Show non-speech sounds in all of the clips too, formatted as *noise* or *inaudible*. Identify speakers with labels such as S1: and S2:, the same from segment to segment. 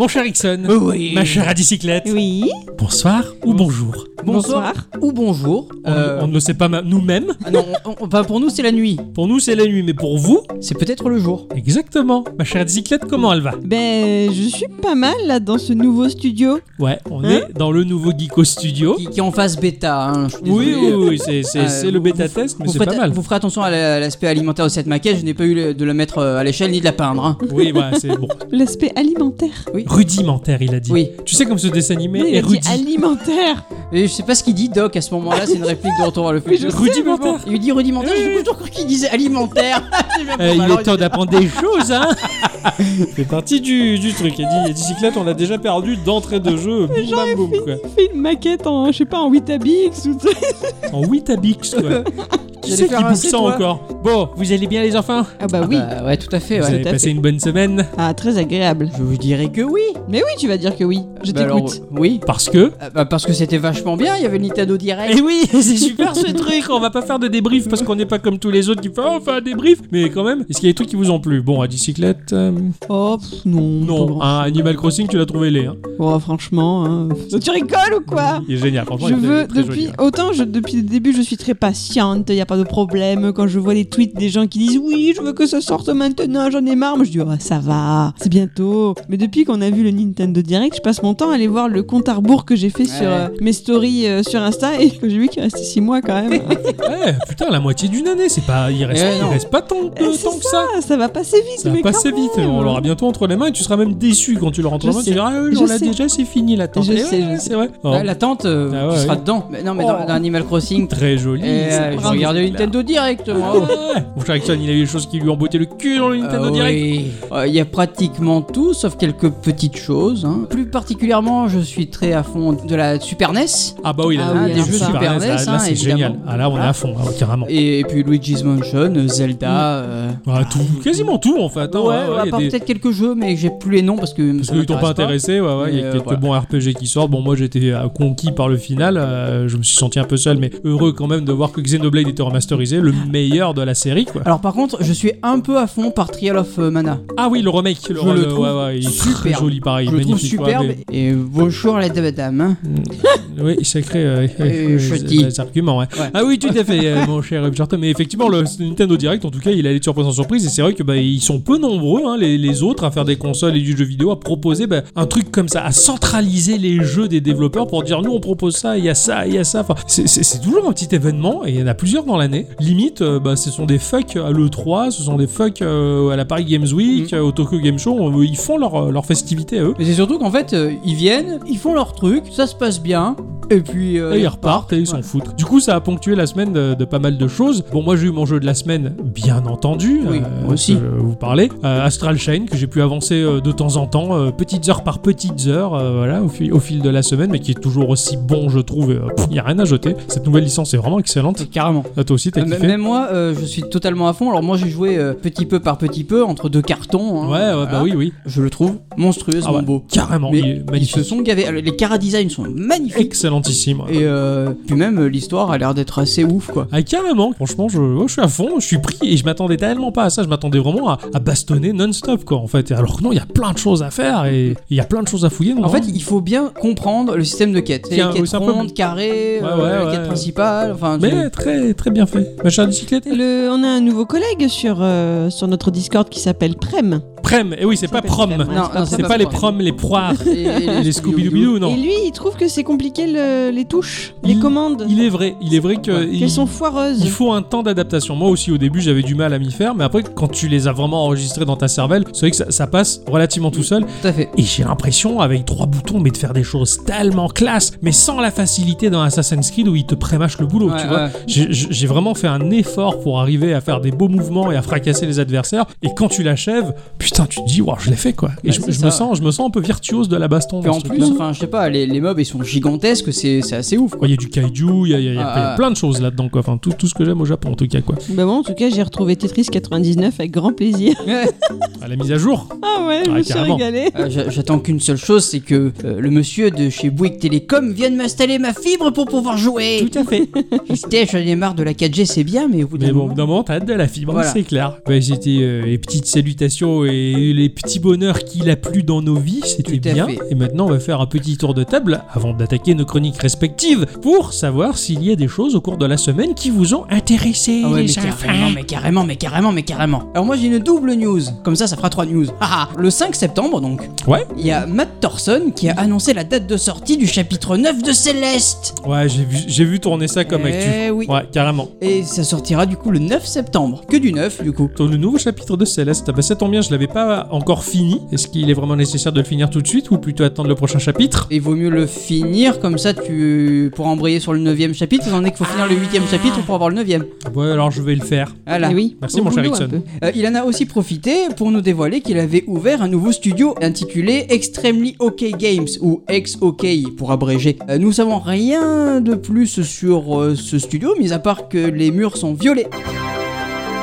S1: Mon cher Ixon,
S2: Oui.
S1: ma chère à bicyclette,
S2: Oui.
S1: bonsoir ou bonjour
S2: Bonsoir. Ou bonjour.
S1: On,
S2: Euh,
S1: on ne le sait pas ma- nous-mêmes.
S2: ah non, on- on- bah, pour nous, c'est la nuit.
S1: Pour nous, c'est la nuit, mais pour vous,
S2: C'est peut-être le jour.
S1: exactement. Ma chère à bicyclette, comment elle va
S3: Ben, je suis pas mal là dans ce nouveau studio.
S1: Ouais, on
S3: Hein
S1: est dans le nouveau Geeko Studio.
S2: Qui, qui est en phase bêta. hein, je suis
S1: Oui,
S2: désolé.
S1: oui, oui, c'est c'est-
S2: Euh,
S1: c'est le
S2: vous-
S1: bêta test, mais
S2: Vous
S1: c'est pas
S2: ferez,
S1: mal.
S2: vous ferez attention à la- à l'aspect alimentaire de cette maquette. Je n'ai pas eu le- de la mettre euh, à l'échelle ni de la peindre. hein.
S1: Oui, voilà, c'est
S2: *laughs*
S1: bon.
S3: L'aspect alimentaire.
S1: Rudimentaire, il a dit.
S2: Oui.
S1: Tu sais, comme ce dessin animé
S3: Mais
S1: est
S3: il a dit
S1: rudi.
S3: alimentaire.
S2: Et je sais pas ce qu'il dit, Doc, à ce moment-là. C'est une réplique de Retour vers
S1: *laughs*
S2: le
S3: Oui, je
S2: futur.
S3: sais,
S1: Rudimentaire.
S3: mais bon.
S2: Il dit rudimentaire.
S1: Oui,
S2: J'ai
S1: oui.
S2: toujours cru qu'il disait alimentaire. C'est bien pour
S1: Euh,
S2: ça,
S1: il
S2: alors,
S1: est temps d'apprendre
S2: *laughs*
S1: des choses, hein C'est parti du, du truc. Il a dit, bicyclette, on l'a déjà perdu d'entrée de jeu. Boum, bam, boum, quoi.
S3: Il fait une maquette en, je sais pas, en Witabix ou tout.
S1: En 8 à Bix,
S3: *laughs*
S1: quoi. Qui
S2: J'allais
S1: c'est qui
S2: faire un
S1: bouffe
S2: C,
S1: ça
S2: toi.
S1: encore Bon, vous allez bien, les enfants
S3: Ah bah
S2: Ah
S3: oui.
S2: bah, ouais, tout à fait.
S1: Vous
S2: ouais.
S1: avez
S3: tout à
S1: passé
S3: fait.
S1: une bonne semaine
S3: Ah, très agréable.
S2: Je vous dirais que oui.
S3: Mais oui, tu vas dire que oui. Je
S2: Bah alors,
S3: t'écoute.
S2: oui.
S1: Parce que.
S2: Ah bah, parce que c'était vachement bien. Il y avait le Nintendo Direct.
S1: *laughs* Eh oui, *laughs* c'est super ce truc On va pas faire de débrief parce qu'on n'est pas comme tous les autres qui font enfin un débrief Mais quand même, est-ce qu'il y a des trucs qui vous ont plu Bon, à bicyclette, euh,
S3: Oh, pff, non. pas
S1: non.
S2: hein.
S3: grand-
S1: Un Animal Crossing, tu l'as trouvé laid. Hein.
S3: Oh, franchement. hein. Tu rigoles ou quoi
S1: Il est génial, franchement.
S3: je
S1: il est
S3: veux
S1: très
S3: depuis
S1: joli, hein.
S3: autant je, depuis le début je suis très patiente, il y a pas de problème quand je vois les tweets des gens qui disent oui, je veux que ça sorte maintenant, j'en ai marre, moi je dis oh, ça va, c'est bientôt. Mais depuis qu'on a vu le Nintendo Direct, je passe mon temps à aller voir le compte à rebours que j'ai fait
S2: Ouais.
S3: sur euh, mes stories euh, sur Insta et que j'ai vu qu'il restait 6 mois quand même.
S1: Ouais, hein. Eh, putain, la moitié d'une année, c'est pas. Il reste,
S2: Eh
S1: il
S2: non.
S1: reste pas tant,
S3: Eh,
S1: de
S3: c'est
S1: temps que ça
S3: Ah, ça va passer vite
S1: Ça va
S3: mais
S1: passer
S3: quand
S1: vite,
S3: même.
S1: on l'aura bientôt entre les mains et tu seras même déçu quand tu l'auras entre
S3: Je
S1: les mains. Tu
S3: sais.
S1: diras, ah oui,
S3: Je
S1: on l'a
S3: sais.
S1: déjà, c'est fini l'attente.
S3: Je
S1: Eh
S3: sais, Bah,
S1: ouais,
S3: je
S1: c'est vrai. Oh,
S2: Ouais, L'attente, euh,
S1: Ah ouais,
S2: tu seras
S1: ouais.
S2: dedans. Mais non, mais dans,
S1: Oh.
S2: dans Animal Crossing,
S1: Très Oh. joli.
S2: Et, euh, je
S3: bravo.
S2: regarde le Nintendo Direct. moi.
S1: Ouais. Mon cher Jackson, il a eu des choses qui lui ont botté le cul dans le Nintendo
S2: Ah
S1: Direct.
S2: oui. Euh, Il y a pratiquement tout, sauf quelques petites choses. hein. Plus particulièrement, je suis très à fond de la Super E NES.
S1: Ah bah oui, là,
S3: Ah
S1: là,
S3: oui,
S1: des
S3: alors
S1: jeux
S3: ça.
S1: Super
S2: Super
S1: NES, là,
S2: NES,
S1: là,
S2: hein,
S1: c'est
S2: évidemment.
S1: génial. Ah là, on est à fond, ah ouais, carrément.
S2: Et, et puis Luigi's Mansion, euh, Zelda. euh,
S1: Ah, tout, quasiment tout en fait. hein,
S2: ouais,
S1: ouais,
S2: à
S1: il y a
S2: part
S1: des-
S2: peut-être quelques jeux, mais j'ai plus les noms parce que.
S1: Parce
S2: ça
S1: qu'ils t'ont pas
S2: m'intéresse
S1: intéressé, ouais, ouais, il y a
S2: Et, euh,
S1: quelques
S2: voilà.
S1: bons RPG qui sortent. Bon, moi j'étais euh, conquis par le final, euh, je me suis senti un peu seul, mais heureux quand même de voir que Xenoblade était remasterisé, le meilleur de la série quoi.
S2: Alors par contre, je suis un peu à fond par Trial of euh, Mana.
S1: Ah oui, le remake, le,
S2: Je le
S1: ouais,
S2: trouve
S1: ouais, ouais, il est très
S2: superbe.
S1: joli pareil,
S2: je le trouve
S1: magnifique. ouais,
S2: superbe.
S1: mais-
S2: Et bonjour les dames. hein.
S1: Mm. Oui, sacré euh,
S2: Euh,
S1: euh,
S2: chouti.
S1: euh, argument, ouais.
S2: Ouais.
S1: Ah oui, tout à fait, euh, mon cher Ubisoft. Mais effectivement, le Nintendo Direct, en tout cas, il allait de surprise en surprise. Et c'est vrai que bah, ils sont peu nombreux, hein, les, les autres, à faire des consoles et du jeu vidéo, à proposer bah, un truc comme ça, à centraliser les jeux des développeurs pour dire nous, on propose ça, il y a ça, il y a ça. Enfin, c'est- c'est c'est toujours un petit événement et il y en a plusieurs dans l'année. Limite, euh, bah, ce sont des fucks à l'E3, ce sont des fucks euh, à la Paris Games Week, euh, au Tokyo Game Show. euh, Ils font leur, leur festivité à eux.
S2: Mais c'est surtout qu'en fait, euh, ils viennent, ils font leur truc, ça se passe bien, et puis. euh,
S1: Et ils repartent et ils s'en
S2: Ouais.
S1: foutent. Du coup, ça a ponctué la semaine de, de pas mal de choses. Bon, moi, j'ai eu mon jeu de la semaine, bien entendu. euh,
S2: Oui, moi aussi.
S1: que je vous parlez. Euh, Astral Chain, que j'ai pu avancer euh, de temps en temps, euh, petites heures par petites heures, euh, voilà, au, fil- au fil de la semaine, mais qui est toujours aussi bon, je trouve. Il n'y a rien à jeter. Cette nouvelle licence est vraiment excellente.
S2: euh, Carrément.
S1: Ah, toi aussi, t'as
S2: Euh, m-
S1: kiffé
S2: Même moi, euh, je suis totalement à fond. Alors moi, j'ai joué euh, petit peu par petit peu entre deux cartons.
S1: Ouais,
S2: hein.
S1: ouais, bah
S2: Voilà.
S1: oui, oui.
S2: Je le trouve monstrueusement
S1: Ah ouais,
S2: beau.
S1: Carrément,
S2: Mais
S1: il est
S2: Ils
S1: magnifique.
S2: se sont gavés. Alors, Les chara-designs sont magnifiques.
S1: Excellentissime.
S2: Et euh, puis même euh, l'histoire a l'air d'être assez ouf quoi.
S1: Ah, carrément, franchement, je, ouais, je suis à fond, je suis pris et je m'attendais tellement pas à ça. Je m'attendais vraiment à, à bastonner non-stop, quoi, en fait. Et Alors que non, il y a plein de choses à faire et il y a plein de choses à fouiller. hein.
S2: En fait, il faut bien comprendre le système de quêtes.
S1: Tiens,
S2: Les quêtes
S1: c'est un peu-
S2: rondes, carrées,
S1: Ouais,
S2: euh,
S1: ouais,
S2: la quête
S1: ouais.
S2: principale, enfin.
S1: mais très, très bien fait. Ma chère bicyclette.
S3: Le- on a un nouveau collègue sur, euh, sur notre Discord qui s'appelle Prem.
S1: Prem, et oui, c'est pas prom.
S3: Prem, ouais.
S2: Non, non,
S1: C'est pas les proms, les proies, *laughs*
S2: Et- et
S1: les scooby-doo,
S3: Et
S1: non.
S3: lui, il trouve que c'est compliqué le- les touches, les
S1: Il-
S3: commandes,
S1: Il est vrai, il est vrai que.
S3: qu'elles
S1: il-
S3: sont foireuses.
S1: Il faut un temps d'adaptation. Moi aussi, au début, j'avais du mal à m'y faire, mais après, quand tu les as vraiment enregistrés dans ta cervelle, c'est vrai que ça, ça passe relativement tout seul.
S2: Tout à fait.
S1: Et j'ai l'impression, avec trois boutons, mais de faire des choses tellement classe, mais sans la facilité d'un Assassin's Creed où ils te prémâchent le boulot,
S2: Ouais,
S1: tu vois.
S2: ouais.
S1: J'ai- J'ai j'ai vraiment fait un effort pour arriver à faire des beaux mouvements et à fracasser les adversaires. Et quand tu l'achèves, putain, tu te dis, waouh, je l'ai fait quoi. Et
S2: Ouais,
S1: je,
S2: c'est
S1: je me
S2: ça.
S1: sens, je me sens un peu virtuose de la baston.
S2: Puis
S1: dans
S2: en
S1: ce
S2: plus,
S1: truc-là.
S2: enfin, je sais pas, les, les mobs ils sont gigantesques, c'est c'est assez ouf.
S1: *laughs* Quoi, Il y a du kaiju, il y a, il y a- il y a
S2: Ah, ah.
S1: plein de choses là-dedans, quoi. Enfin, tout, tout ce que j'aime au Japon, en tout cas, quoi.
S3: Bah bon, en tout cas, j'ai retrouvé Tetris 99 avec grand plaisir. *laughs*
S1: À la mise à jour,
S3: Ah ouais, je
S1: Ah,
S3: me suis
S1: carrément.
S3: régalée.
S2: Euh, j'a- J'attends qu'une seule chose, c'est que euh, le monsieur de chez Bouygues Télécom vienne m'installer ma fibre pour pouvoir *laughs* jouer.
S1: à fait.
S2: J'étais, j'en ai marre de la 4G, c'est bien, mais au bout d'un
S1: Mais bon, au bout
S2: moment-
S1: d'un moment, t'as hâte de la fibre, hein,
S2: Voilà.
S1: c'est clair. Bah, c'était euh, les petites salutations et les, les petits bonheurs qu'il a plu dans nos vies, c'était
S2: Tout à
S1: bien.
S2: fait.
S1: Et maintenant, on va faire un petit tour de table avant d'attaquer nos chroniques respectives pour savoir s'il y a des choses au cours de la semaine qui vous ont intéressé.
S2: Ah ouais, mais
S1: les enfants.
S2: carrément, mais carrément, mais carrément, mais carrément. Alors moi j'ai une double news, comme ça ça fera trois news. Ah, ah. le 5 septembre donc,
S1: Ouais,
S2: il y a Matt Thorson qui a annoncé la date de sortie du chapitre 9 de Céleste.
S1: ouais, j'ai vu, j'ai vu tourner ça comme
S2: Eh
S1: actu.
S2: oui.
S1: Ouais, carrément.
S2: Et ça sortira du coup le 9 septembre. Que du 9 du coup.
S1: Dans le nouveau chapitre de Céleste, ah bah ça tombe bien, je l'avais pas encore fini. Est-ce qu'il est vraiment nécessaire de le finir tout de suite ou plutôt attendre le prochain chapitre
S2: Il vaut mieux le finir, comme ça tu pourras embrayer sur le 9 chapitre, étant donné qu'il faut finir le 8 chapitre pour avoir le 9
S1: Ouais, alors je vais le faire.
S2: Voilà.
S3: Eh oui,
S1: Merci,
S3: au
S1: mon cher
S3: boulot un
S1: Ixon.
S3: peu.
S2: Euh, il en a aussi profité pour nous dévoiler qu'il avait ouvert un nouveau studio intitulé Extremely OK Games ou XOK pour abréger. Euh, nous savons rien de plus sur euh, ce studio, mis à part que les murs sont violets.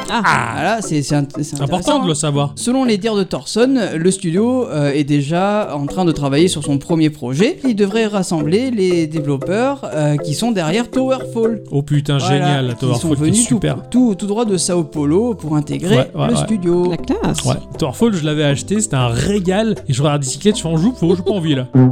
S3: Ah,
S2: Voilà, c'est c'est int- c'est
S1: Important
S2: intéressant,
S1: de
S2: hein.
S1: le savoir.
S2: Selon les dires de Thorson, le studio euh, est déjà en train de travailler sur son premier projet. Il devrait rassembler les développeurs euh, qui sont derrière Towerfall.
S1: Oh putain,
S2: Voilà,
S1: génial,
S2: qui sont
S1: Towerfall, qui est
S2: venus tout,
S1: super.
S2: tout, tout droit de Sao Paulo pour intégrer
S1: Ouais, ouais,
S2: le
S1: ouais.
S2: studio.
S3: la classe.
S1: Ouais, Towerfall, je l'avais acheté, c'était un régal. Et je regarde bicyclette, je fais en joue, faut j'ai pas envie là.
S2: Ah,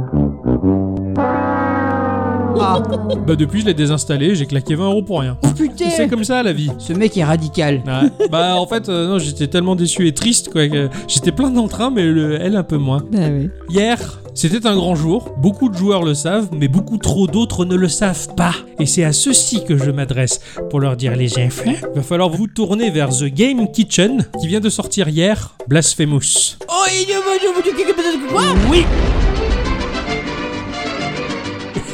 S1: *laughs* Bah, depuis, je l'ai désinstallé, j'ai claqué 20 euros pour rien. C'est
S2: Oh, putain
S1: comme ça la vie.
S2: Ce mec est radical.
S1: Ouais. bah, en fait, euh, non, j'étais tellement déçu et triste quoi. que J'étais plein d'entrain, mais le, elle un peu moins.
S3: Bah oui.
S1: Hier, c'était un grand jour. Beaucoup de joueurs le savent, mais beaucoup trop d'autres ne le savent pas. Et c'est à ceux-ci que je m'adresse pour leur dire les enfants. Va falloir vous tourner vers The Game Kitchen qui vient de sortir hier, Blasphemous. *laughs*
S2: Oh, il est mon Dieu, mon Dieu, que- que- que- que- quoi
S1: Oui.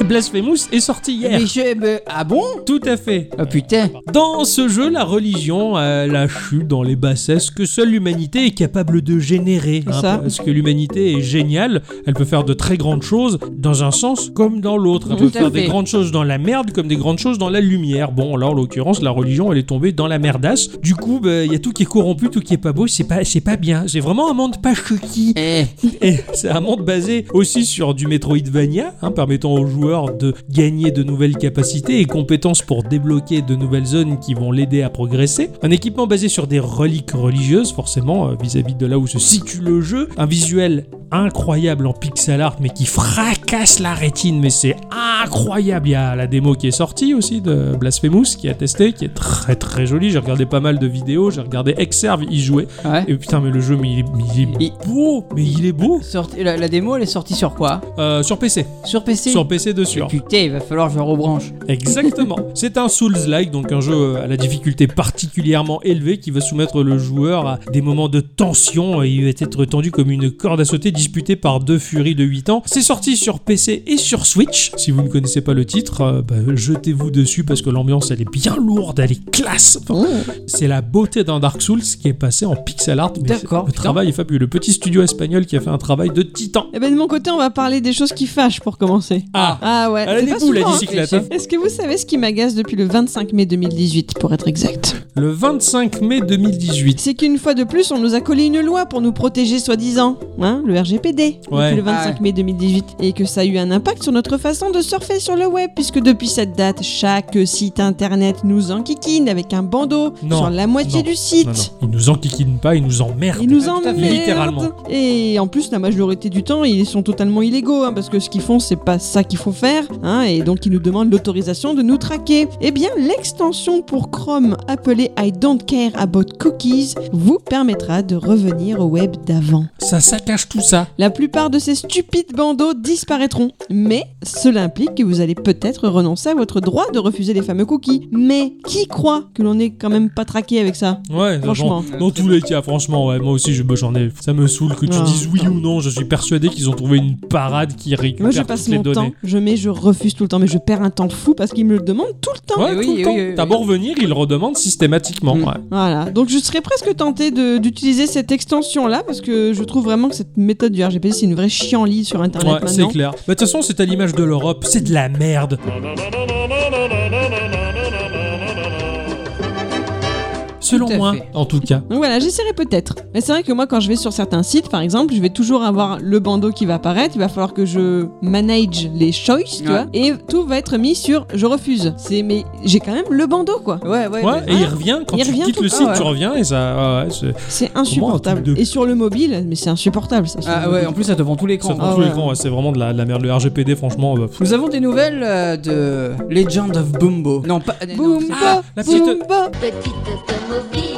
S1: Blasphemous est sorti hier.
S2: Mais je- mais- ah bon
S1: Tout à fait.
S2: Ah putain.
S1: Dans ce jeu, la religion a la chute dans les bassesses que seule l'humanité est capable de générer. Hein,
S3: Ça.
S1: parce que l'humanité est géniale, elle peut faire de très grandes choses dans un sens comme dans l'autre. Elle
S2: Tout
S1: peut
S2: à
S1: faire des
S2: fait.
S1: grandes choses dans la merde comme des grandes choses dans la lumière. Bon, là en l'occurrence, la religion elle est tombée dans la merdasse. Du coup, bah, il y a tout qui est corrompu, tout qui est pas beau, c'est pas, c'est pas bien. C'est vraiment un monde pas chouki.
S2: Eh,
S1: Et c'est un monde basé aussi sur du Metroidvania, hein, permettant aux joueurs de gagner de nouvelles capacités et compétences pour débloquer de nouvelles zones qui vont l'aider à progresser. Un équipement basé sur des reliques religieuses, forcément, euh, vis-à-vis de là où se situe le jeu. Un visuel incroyable en pixel art, mais qui fracasse la rétine, mais c'est incroyable. Il y a la démo qui est sortie aussi de Blasphemous, qui a testé, qui est très très jolie. J'ai regardé pas mal de vidéos, j'ai regardé Exerve y jouer.
S2: ouais.
S1: Et putain, mais le jeu, mais il est, mais il est
S2: Il-
S1: beau, mais il est beau.
S2: Sorti- la, la démo, elle est sortie sur quoi
S1: Euh, sur PC.
S2: Sur PC
S1: Sur PC de sûr.
S2: Putain, il va falloir que je rebranche.
S1: Exactement. C'est un Souls-like, donc un jeu à la difficulté particulièrement élevée qui va soumettre le joueur à des moments de tension et il va être tendu comme une corde à sauter disputée par deux furies de 8 ans. C'est sorti sur PC et sur Switch. Si vous ne connaissez pas le titre, euh, bah, jetez-vous dessus parce que l'ambiance elle est bien lourde, elle est classe. Enfin,
S3: Oh.
S1: c'est la beauté d'un Dark Souls qui est passé en pixel art. mais
S2: D'accord,
S1: Le
S2: putain.
S1: travail est fabuleux. Le petit studio espagnol qui a fait un travail de titan.
S3: Eh ben de mon côté, on va parler des choses qui fâchent pour commencer.
S1: Ah,
S3: Ah ouais,
S1: elle a
S3: c'est
S1: des
S3: pas
S1: goûts la
S3: souvent, hein.
S1: bicyclette.
S2: c'est-
S1: hein.
S3: Est-ce que vous savez ce qui m'agace depuis le 25 mai 2018, pour être exact
S1: Le 25 mai 2018.
S3: C'est qu'une fois de plus, on nous a collé une loi pour nous protéger, soi-disant, hein, le RGPD,
S1: Ouais.
S3: depuis le 25 mai 2018, et que ça a eu un impact sur notre façon de surfer sur le web, puisque depuis cette date, chaque site internet nous enquiquine avec un bandeau
S1: Non.
S3: sur la moitié
S1: Non.
S3: du site.
S1: Non, non, il nous enquiquine pas, il nous emmerde.
S3: Ils nous
S2: Ah, tout à fait.
S3: emmerdent
S1: Littéralement.
S3: Et en plus, la majorité du temps, ils sont totalement illégaux, hein, parce que ce qu'ils font, c'est pas ça qu'il faut faire, hein, et donc ils nous demandent l'autorisation de nous traquer. Eh bien, l'extension pour Chrome appelée I Don't Care About Cookies vous permettra de revenir au web d'avant.
S1: Ça saccage tout ça.
S3: La plupart de ces stupides bandeaux disparaîtront, mais cela implique que vous allez peut-être renoncer à votre droit de refuser les fameux cookies. Mais qui croit que l'on n'est quand même pas traqué avec ça
S1: Ouais, dans-
S3: Franchement.
S1: Dans, dans tous les cas, franchement, ouais, moi aussi, je bah, j'en ai. Ça me saoule que tu
S3: Ah,
S1: dises oui
S3: putain.
S1: ou non. Je suis persuadé qu'ils ont trouvé une parade qui récupère
S3: Moi, je
S1: toutes
S3: passe
S1: les
S3: mon temps,
S1: données.
S3: je mets, je refuse tout le temps, mais je perds un temps fou parce qu'ils me le demandent tout le temps.
S1: Ouais,
S2: Eh oui,
S1: tout le
S2: eh
S1: temps.
S2: oui, eh oui.
S1: T'as beau revenir, ils le redemandent systématiquement.
S2: Mm.
S1: ouais.
S3: Voilà. Donc, je serais presque tentée de- d'utiliser cette extension-là parce que je trouve vraiment que cette méthode du RGPD, c'est une vraie chienlit sur Internet
S1: Ouais, c'est
S3: maintenant.
S1: clair. Bah, De toute façon, c'est à l'image de l'Europe. C'est de la merde. selon
S2: Tout à
S1: moi,
S2: fait.
S1: en tout cas.
S3: Donc voilà, j'essaierai peut-être. Mais c'est vrai que moi, quand je vais sur certains sites, par exemple, je vais toujours avoir le bandeau qui va apparaître. Il va falloir que je manage les choices, tu
S2: Ouais.
S3: vois. Et tout va être mis sur je refuse. C'est mais j'ai quand même le bandeau, quoi.
S2: Ouais, ouais.
S1: Ouais,
S2: mais-
S1: et il revient quand
S3: il
S1: tu
S3: revient
S1: quittes
S3: tout-
S1: le
S2: ah
S1: site,
S2: ouais.
S1: tu reviens et ça. ouais, ouais, c'est-
S3: C'est
S1: un truc
S3: insupportable.
S1: de-
S3: Et sur le mobile, mais c'est insupportable ça. sur le
S2: Ah ouais,
S3: mobile.
S2: en plus, ça te vend tout l'écran.
S1: ça prend
S3: Ah
S1: tout
S3: ouais.
S1: l'écran, ouais, c'est vraiment de la, de la merde. Le RGPD, franchement. bah, pff.
S2: Nous avons des nouvelles euh, de Legend of Bumbo. Non, pas. non,
S3: Boom,
S2: c'est-
S3: bah,
S1: Ah, la
S3: boom,
S1: petite-
S3: bah.
S4: Petite automobile.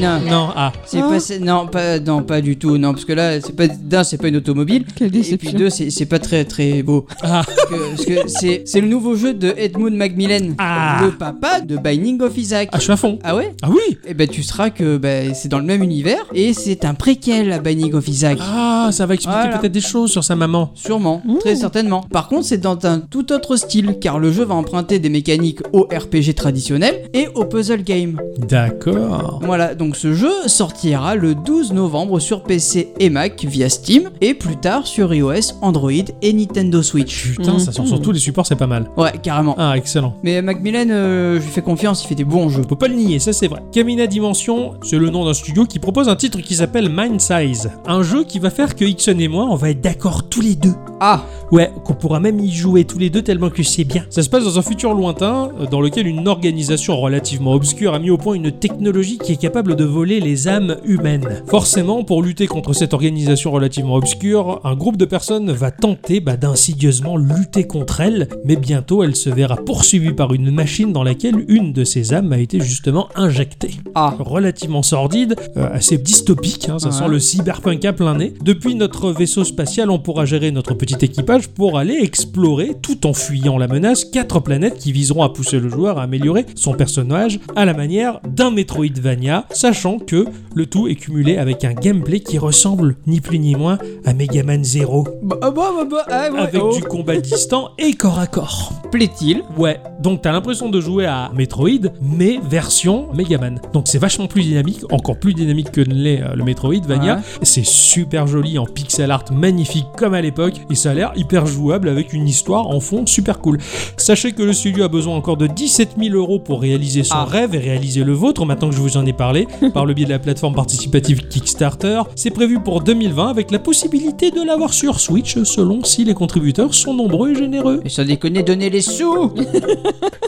S2: Non.
S1: Non, ah.
S2: C'est pas, c'est- non, pas, non, pas du tout. Non, parce que là, c'est pas, d'un, c'est pas une automobile.
S3: Quelle
S2: Et puis
S3: déception.
S2: deux, c'est c'est pas très très beau.
S1: Ah.
S2: Parce que- parce que c'est c'est le nouveau jeu de Edmund Macmillan,
S1: Ah.
S2: le papa de Binding of Isaac.
S1: Ah, je suis à fond.
S2: Ah ouais
S1: Ah oui
S2: Eh ben tu seras que ben, c'est dans le même univers et c'est un préquel à Binding of Isaac.
S1: Ah, ça va expliquer
S2: Voilà.
S1: peut-être des choses sur sa maman.
S2: Sûrement,
S3: Ouh.
S2: très certainement. Par contre, c'est dans un tout autre style, car le jeu va emprunter des mécaniques au RPG traditionnel et au puzzle game.
S1: D'accord.
S2: Voilà, donc ce jeu sortira le 12 novembre sur PC et Mac via Steam, et plus tard sur iOS, Android et Nintendo Switch.
S1: Putain, ça sort sur tous les supports, c'est pas mal.
S2: Ouais, carrément.
S1: Ah, excellent.
S2: Mais Macmillan, euh, je lui fais confiance, il fait des bons jeux.
S1: On peut pas le nier, ça c'est vrai. Kamina Dimension, c'est le nom d'un studio qui propose un titre qui s'appelle Mind Size. Un jeu qui va faire que Ixon et moi, on va être d'accord tous les deux.
S2: Ah,
S1: Ouais, qu'on pourra même y jouer tous les deux tellement que c'est bien. Ça se passe dans un futur lointain, euh, dans lequel une organisation relativement obscure a mis au point une technologie qui est capable de voler les âmes humaines. Forcément, pour lutter contre cette organisation relativement obscure, un groupe de personnes va tenter bah, d'insidieusement lutter contre elle, mais bientôt elle se verra poursuivie par une machine dans laquelle une de ses âmes a été justement injectée
S2: ah.
S1: relativement sordide, euh, assez dystopique, hein, ça
S2: Ouais.
S1: sent le cyberpunk à plein nez. Depuis notre vaisseau spatial, on pourra gérer notre petit équipage pour aller explorer, tout en fuyant la menace, quatre planètes qui viseront à pousser le joueur à améliorer son personnage à la manière d'un Metroidvania, sachant que le tout est cumulé avec un gameplay qui ressemble ni plus ni moins à Mega Man Zero,
S2: Bah, bah, bah, bah, ah, ouais,
S1: avec
S2: oh.
S1: du combat distant et corps à corps.
S2: Plaît-il
S1: Ouais, donc t'as l'impression de jouer à Metroid, mais version Megaman. Donc c'est vachement plus dynamique, encore plus dynamique que ne l'est euh, le Metroidvania.
S2: Ouais.
S1: C'est super joli en pixel art magnifique comme à l'époque, et ça a l'air hyper jouable avec une histoire en fond super cool. Sachez que le studio a besoin encore de 17 000 euros pour réaliser son
S2: Ah.
S1: rêve et réaliser le vôtre, maintenant que je vous en ai
S2: *laughs*
S1: parlé, par le biais de la plateforme participative Kickstarter. C'est prévu pour 2020 avec la possibilité de l'avoir sur Switch selon si les contributeurs sont nombreux et généreux.
S2: Mais sans déconner, donnez les sous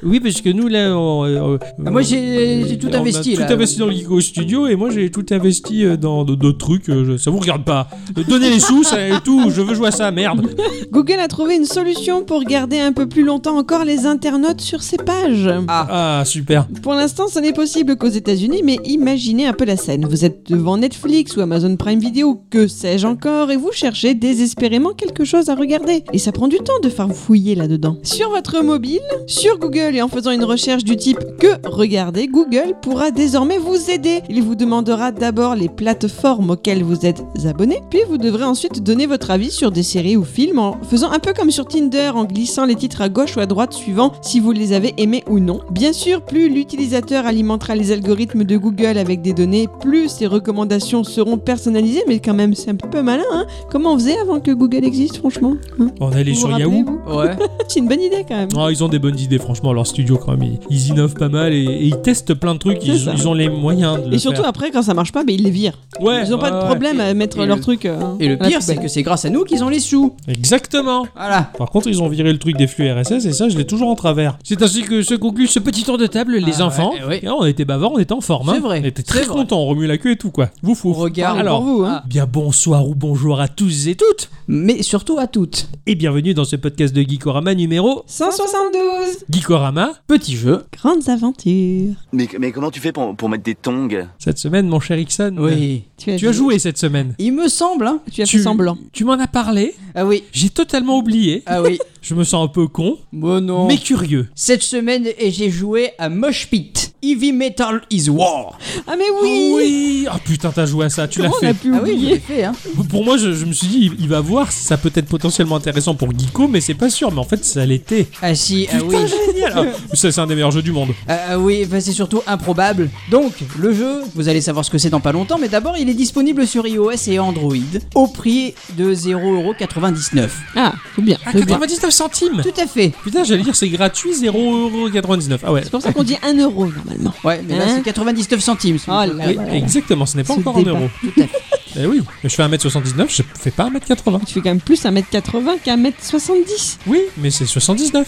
S1: Oui, parce que nous, là, on, euh,
S2: Ah, Moi,
S1: euh,
S2: j'ai j'ai tout
S1: on a
S2: investi,
S1: tout
S2: là.
S1: investi dans le Geeko Studio et moi, j'ai tout investi euh, dans d- d'autres trucs. euh, je- Ça vous regarde pas. Euh, Donnez les sous, ça et tout. Je veux jouer à ça, merde.
S3: Google a trouvé une solution pour garder un peu plus longtemps encore les internautes sur ses pages.
S2: Ah,
S1: Ah, super.
S3: Pour l'instant, ce n'est possible qu'aux États-Unis, mais imaginez un peu la scène. Vous êtes devant Netflix ou Amazon Prime Video, que sais-je encore, et vous cherchez désespérément quelque chose à regarder. Et ça prend du temps de faire fouiller là-dedans. Sur votre mobile, sur Google et en faisant une recherche du type que regarder, Google pourra désormais vous aider. Il vous demandera d'abord les plateformes auxquelles vous êtes abonné, puis vous devrez ensuite donner votre avis sur des séries ou films en faisant un peu comme sur Tinder, en glissant les titres à gauche ou à droite suivant si vous les avez aimés ou non. Bien sûr, plus l'utilisateur alimentera les algorithmes de Google avec des données, plus ses recommandations seront personnalisées, mais quand même, c'est un petit peu malin, hein Comment on faisait avant que Google existe, franchement hein
S1: On est allé
S3: Vous vous
S1: sur
S3: rappelez,
S1: Yahoo.
S3: vous
S1: *laughs*
S2: ouais.
S3: *laughs* C'est une bonne idée quand même.
S1: Ah, ils ont des bonnes idées, franchement, leur studio, quand même. Ils, ils innovent pas mal et, et ils testent plein de trucs.
S3: C'est
S1: Ils,
S3: ça.
S1: ils ont les moyens de le
S3: Et surtout
S1: faire.
S3: après, quand ça marche pas, ben, ils les virent.
S1: Ouais,
S3: Ils n'ont pas
S1: ouais,
S3: de
S1: ouais.
S3: problème à mettre
S2: et
S3: leur
S2: le-
S3: truc. euh,
S2: Et le
S3: à la
S2: pire, c'est que
S3: poubelle.
S2: c'est grâce à nous qu'ils ont les sous.
S1: Exactement.
S2: Voilà.
S1: Par contre, ils ont viré le truc des flux RSS et ça, je l'ai toujours en travers. C'est ainsi que se conclut ce petit tour de table, les
S2: Ah,
S1: enfants.
S2: ouais, ouais.
S1: Et on était bavards, on était en forme. hein.
S2: C'est vrai,
S1: On était
S2: c'est
S1: très
S2: vrai.
S1: contents, on remue la queue et tout, quoi. Vous fou.
S2: On regarde.
S1: Alors,
S3: pour vous, hein.
S2: Ah,
S1: Bien bonsoir ou bonjour à tous et toutes.
S2: mais surtout à toutes.
S1: Et bienvenue dans ce podcast de Geekorama numéro
S3: 172
S1: Geekorama.
S2: Petit jeu.
S3: Grandes aventures.
S5: Mais, mais comment tu fais pour, pour mettre des tongs
S1: Cette semaine, mon cher Ixon,
S2: Oui.
S1: tu as joué cette semaine.
S2: Euh, Il me semble, hein.
S3: Tu as
S1: Tu-
S3: fait semblant.
S1: Tu m'en as parlé,
S2: Ah oui.
S1: j'ai totalement oublié. *laughs*
S2: Ah oui.
S1: Je me sens un peu con,
S2: bon non.
S1: mais curieux.
S2: Cette semaine, et j'ai joué à Mosh Pit. Heavy Metal is War.
S3: Ah mais oui,
S1: Oui Ah putain, t'as joué à ça, tu l'as
S3: Comment on
S1: fait.
S3: a pu
S2: Ah oui, je
S3: oublier
S2: l'ai fait, hein.
S1: Pour moi, je, je me suis dit, il- il va voir, ça peut être potentiellement intéressant pour Geeko, mais c'est pas sûr. Mais en fait, ça l'était.
S2: Ah si, ah oui.
S1: Putain, génial. Ah,
S2: *laughs*
S1: ça, c'est un des meilleurs jeux du monde.
S2: Euh, oui, enfin, c'est surtout improbable. Donc, le jeu, vous allez savoir ce que c'est dans pas longtemps, mais d'abord, il est disponible sur iOS et Android au prix de 0,99€.
S3: Ah, c'est bien.
S1: Ah,
S3: c'est bien.
S1: 99 centimes.
S2: Tout à fait.
S1: Putain, j'allais dire c'est gratuit, 0,99€. Ah ouais.
S3: C'est pour ça qu'on dit 1 euro normalement.
S2: Ouais, mais là,
S3: Hein
S2: c'est 99 centimes. si vous
S3: Oh là
S2: préférez.
S1: Oui,
S3: voilà.
S1: exactement, ce n'est pas
S3: Ce
S1: encore en
S3: débat.
S1: euros.
S2: Tout à fait.
S1: *laughs* Eh oui, mais je fais 1m79, je fais pas 1m80.
S3: Tu fais quand même plus 1m80 qu'un m 70
S1: Oui, mais c'est 79.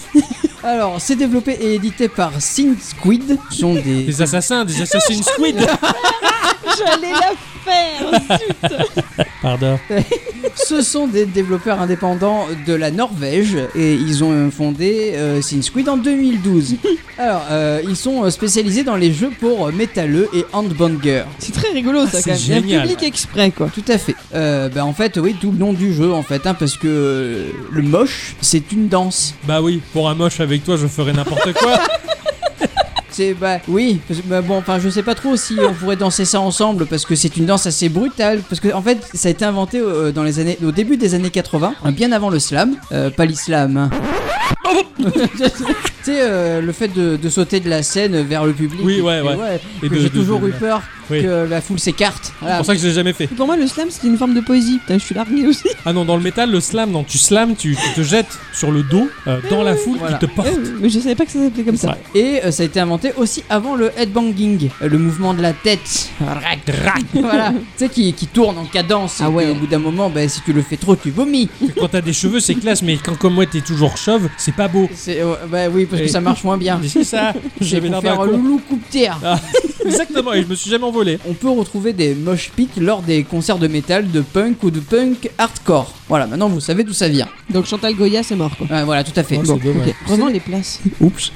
S2: Alors, c'est développé et édité par Sin Squid. Ce sont des.
S1: Des assassins, des assassins squid.
S3: J'allais la faire zut.
S1: Pardon.
S2: *laughs* Ce sont des développeurs indépendants de la Norvège et ils ont fondé euh, Sin Squid en *laughs* 2012. Alors, euh, ils sont spécialisés dans les jeux pour métalleux et handbanger.
S3: *laughs* C'est très rigolo ça
S1: Ah,
S3: quand même.
S1: c'est
S3: Il y a
S1: génial.
S3: Un public exprès quoi.
S2: Tout à fait. Euh, bah en fait, oui, tout le nom du jeu en fait, hein, parce que euh, le moche, c'est une danse.
S1: Bah oui, pour un moche avec toi, je ferais n'importe
S2: *laughs*
S1: quoi.
S2: C'est bah oui, parce que, bah, bon, enfin je sais pas trop si on pourrait danser ça ensemble parce que c'est une danse assez brutale parce que en fait ça a été inventé euh, dans les années, au début des années 80, hein, bien avant le slam, euh, pas l'islam. hein. *laughs* tu sais, euh, le fait de, de sauter de la scène vers le public.
S1: Oui, ouais, ouais. Et
S2: que
S1: de-
S2: J'ai
S1: de-
S2: toujours
S1: de-
S2: eu peur
S1: Oui.
S2: que la foule s'écarte.
S1: C'est
S2: Voilà.
S1: pour ça que je l'ai jamais fait.
S3: Et Pour moi, le slam, c'était une forme de poésie. Putain, je suis largué aussi. *laughs*
S1: Ah non, dans le métal, le slam, non, tu slams, tu, tu te jettes sur le dos, euh, dans la foule,
S2: Voilà.
S1: il te porte.
S3: Euh, Mais je savais pas que ça s'appelait comme ça.
S1: Ouais.
S2: Et euh, ça a été inventé aussi avant le headbanging, euh, le mouvement de la tête. *laughs* Rac, rac, voilà. Tu sais, qui, qui tourne en cadence.
S3: Ah
S2: et
S3: ouais.
S2: que Au bout d'un moment, bah, si tu le fais trop, tu vomis.
S1: Quand t'as des cheveux, c'est classe, mais quand comme moi, t'es toujours chauve, c'est pas beau.
S2: C'est- ouais, bah oui, parce que
S1: Et-
S2: ça marche moins *laughs* bien.
S1: Mais C'est ça,
S2: C'est
S1: j'avais l'air
S2: Ah. pour
S1: d'un
S2: faire
S1: con.
S2: loulou coupe-terre.
S1: Ah, exactement, et je me suis jamais envolé.
S2: On peut retrouver des mosh pits lors des concerts de métal, de punk ou de punk hardcore. Voilà, maintenant vous savez d'où ça vient.
S3: Donc Chantal Goya, c'est mort quoi.
S2: Ouais, voilà, tout à fait.
S1: c'est dommage.
S3: Ok, Revends les places.
S2: Oups.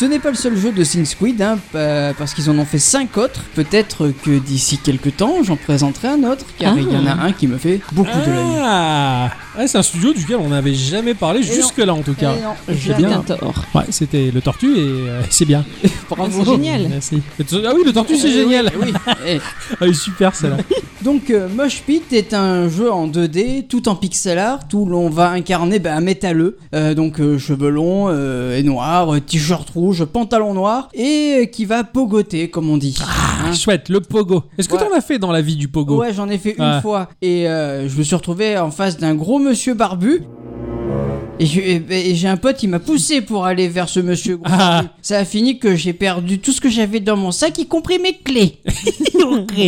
S2: Ce n'est pas le seul jeu de Sin Squid, hein, pa- parce qu'ils en ont fait 5 autres. Peut-être que d'ici quelques temps, j'en présenterai un autre, car
S3: Ah.
S2: il y en a un qui me fait beaucoup de l'œil.
S1: Ah, Ouais, c'est un studio duquel on n'avait jamais parlé jusque-là en tout cas.
S2: Eh non,
S1: J'ai
S2: jamais.
S1: bien.
S3: tort.
S1: Ouais, c'était le tortue et euh, c'est bien.
S3: C'est génial.
S1: Merci. Le to- Ah oui, le tortue c'est
S2: Ah, Eh oui,
S1: génial.
S2: oui. *laughs* Eh.
S1: Ah, il est super celle-là.
S2: Donc euh, Mosh Pit est un jeu en 2D, tout en pixel art, où l'on va incarner ben, un métalleux, euh, donc euh, cheveux longs euh, et noirs, euh, t-shirt rouge, pantalon noir, et euh, qui va pogoter comme on dit. Hein.
S1: Chouette, le pogo. Est-ce que
S2: Ouais.
S1: t'en as fait dans la vie du pogo
S2: Ouais, j'en ai fait une
S1: Ah.
S2: fois, et euh, je me suis retrouvé en face d'un gros monsieur barbu. Et je- et ben, et j'ai un pote, il m'a poussé pour aller vers ce monsieur. gros
S1: Ah.
S2: barbu. Ça a fini que j'ai perdu tout ce que j'avais dans mon sac, y compris mes clés.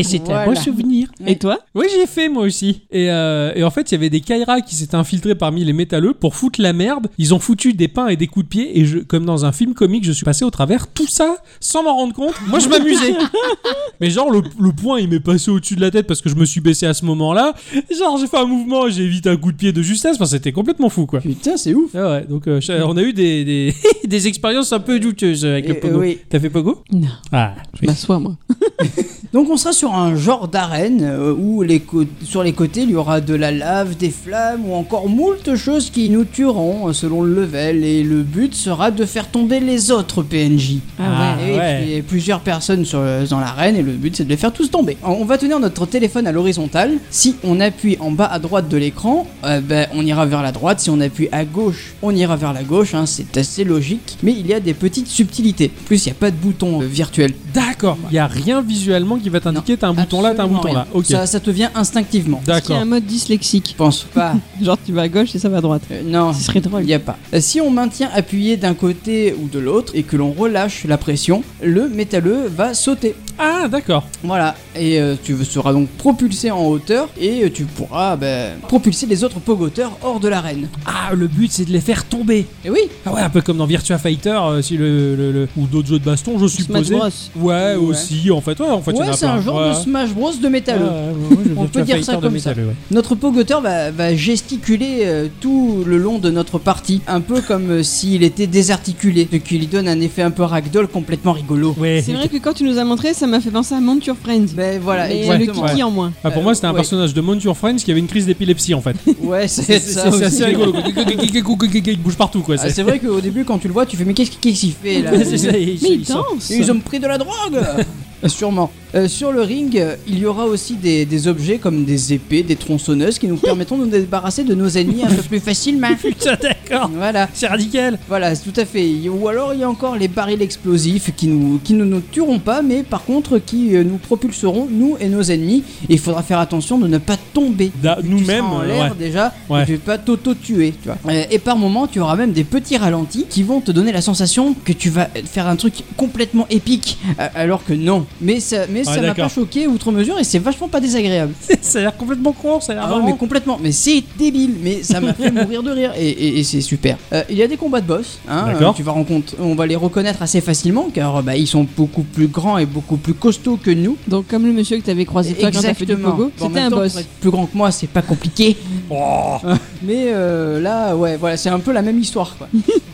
S1: C'était
S2: un Voilà. beau
S1: souvenir.
S3: Et toi
S1: Oui, j'ai fait moi aussi. Et, euh, et en fait, il y avait des Kaira qui s'étaient infiltrés parmi les métalleux pour foutre la merde. Ils ont foutu des pains et des coups de pied. Et je, comme dans un film comique, je suis passé au travers tout ça sans m'en rendre compte. Moi, je m'amusais. Mais genre, le, le point, il m'est passé au-dessus de la tête parce que je me suis baissé à ce moment-là. Genre, j'ai fait un mouvement et j'ai évité un coup de pied de justesse. Enfin, c'était complètement fou, quoi.
S2: Putain, c'est ouf.
S1: Ah ouais, donc euh, on a eu des, des, *laughs* des expériences un peu douteuses avec
S2: Et-
S1: le pogo.
S2: euh, oui.
S1: T'as fait pogo
S3: Non.
S1: Ah,
S3: Je
S2: Bah.
S3: m'assois moi.
S2: Donc on sera sur un genre d'arène euh, où les cô- sur les côtés il y aura de la lave, des flammes ou encore moult choses qui nous tueront euh, selon le level et le but sera de faire tomber les autres PNJ.
S1: Ah
S2: Et oui,
S1: ouais.
S2: puis il y a plusieurs personnes sur le- dans l'arène et le but c'est de les faire tous tomber. On- On va tenir notre téléphone à l'horizontale. Si on appuie en bas à droite de l'écran, euh, ben, on ira vers la droite. Si on appuie à gauche, on ira vers la gauche. hein, c'est assez logique. Mais il y a des petites subtilités. En plus il n'y a pas de bouton euh, virtuel.
S1: D'accord. Il y a rien visuellement qui va t'indiquer t'as un bouton là, t'as un
S2: Absolument
S1: bouton là.
S2: rien.
S1: Ok.
S2: Ça, ça te vient instinctivement.
S3: Est-ce qu'il y a
S1: D'accord.
S3: un mode dyslexique
S2: Je pense
S3: *laughs*
S2: pas.
S3: Genre tu vas à gauche et ça va à droite.
S2: Euh, non,
S3: Ce serait
S2: il
S3: drôle.
S2: n'y a pas. Euh, Si on maintient appuyé d'un côté ou de l'autre et que l'on relâche la pression, le métalleux va sauter.
S1: Ah, d'accord.
S2: Voilà. Et euh, tu seras donc propulsé en hauteur et euh, tu pourras ben, propulser les autres pogoteurs hors de l'arène.
S1: Ah, le but c'est de les faire tomber.
S2: Et oui,
S1: Ah ouais, un peu comme dans Virtua Fighter, euh, si le, le- le- ou d'autres jeux de baston, je
S3: Smash
S1: suppose.
S3: Bros.
S1: Ouais,
S2: Ouais.
S1: aussi. En fait, ouais, en fait, il y en
S2: ouais,
S1: a
S2: c'est
S1: plein.
S2: un genre
S1: Ouais. hein.
S2: de Smash Bros de métalleux.
S1: Ouais, ouais, ouais, le
S2: On
S1: Virtua
S2: peut dire
S1: Fighter
S2: ça
S1: de
S2: comme
S1: métalleux, ouais.
S2: Notre pogoteur va, va gesticuler euh, tout le long de notre partie, un peu comme euh, s'il était désarticulé, ce qui lui donne un effet un peu ragdoll complètement rigolo.
S1: Ouais.
S3: C'est vrai que quand tu nous as montré, ça m'a fait penser à Monture Friends.
S2: Ben voilà,
S3: Mais le
S2: exactement.
S3: kiki en moins.
S1: Ah, pour moi, c'était un
S2: Ouais.
S1: personnage de Monture Friends qui avait une crise d'épilepsie en fait.
S2: Ouais, *laughs* c'est
S1: *laughs*
S2: ça.
S1: c'est
S2: aussi.
S1: assez rigolo. Il bouge partout quoi.
S2: Ah,
S1: c'est- *laughs*
S2: c'est vrai qu'au début, quand tu le vois, tu fais mais qu'est-ce qu'est-ce qu'il fait là
S1: C'est ça,
S3: Mais il
S1: sort.
S3: danse
S2: Ils ont pris de la drogue Sûrement. Euh, sur le ring, euh, il y aura aussi des, des objets comme des épées, des tronçonneuses qui nous permettront de nous débarrasser de nos ennemis un peu plus facilement.
S1: Putain, d'accord.
S2: Voilà,
S1: C'est radical. *laughs*
S2: voilà, c'est tout à fait. Ou alors il y a encore les barils explosifs qui, nous, qui ne nous tueront pas, mais par contre qui euh, nous propulseront, nous et nos ennemis. Et il faudra faire attention de ne pas tomber.
S1: Da-
S2: Vu que
S1: nous-mêmes,
S2: tu seras en
S1: euh,
S2: l'air
S1: ouais.
S2: déjà,
S1: Ouais.
S2: et tu ne pas t'auto-tuer. tu vois. Euh, et par moment, tu auras même des petits ralentis qui vont te donner la sensation que tu vas faire un truc complètement épique, euh, alors que non. Mais ça mais ça m'a
S1: d'accord.
S2: pas choqué outre mesure et c'est vachement pas désagréable.
S1: ça a l'air complètement con, ça a l'air
S2: Ah ouais, mais
S1: marrant.
S2: complètement, mais c'est débile, mais ça m'a
S3: *laughs*
S2: fait mourir de rire et, et- et c'est super. Euh, il y a des combats de boss, hein,
S1: D'accord.
S2: euh, tu vas rencontrer, on va les reconnaître assez facilement car bah, ils sont beaucoup plus grands et beaucoup plus costauds que nous.
S3: Donc, comme le monsieur que t'avais croisé Ah, toi quand t'as fait du
S2: Exactement.
S3: pogo,
S2: Bon, en
S3: c'était
S2: même
S3: un
S2: temps,
S3: boss.
S2: pour être plus grand que moi, c'est
S3: *laughs*
S2: pas compliqué. Hein,
S1: Oh,
S2: Mais euh, là, ouais, voilà, c'est un peu la même histoire.
S3: *laughs*
S2: Quoi.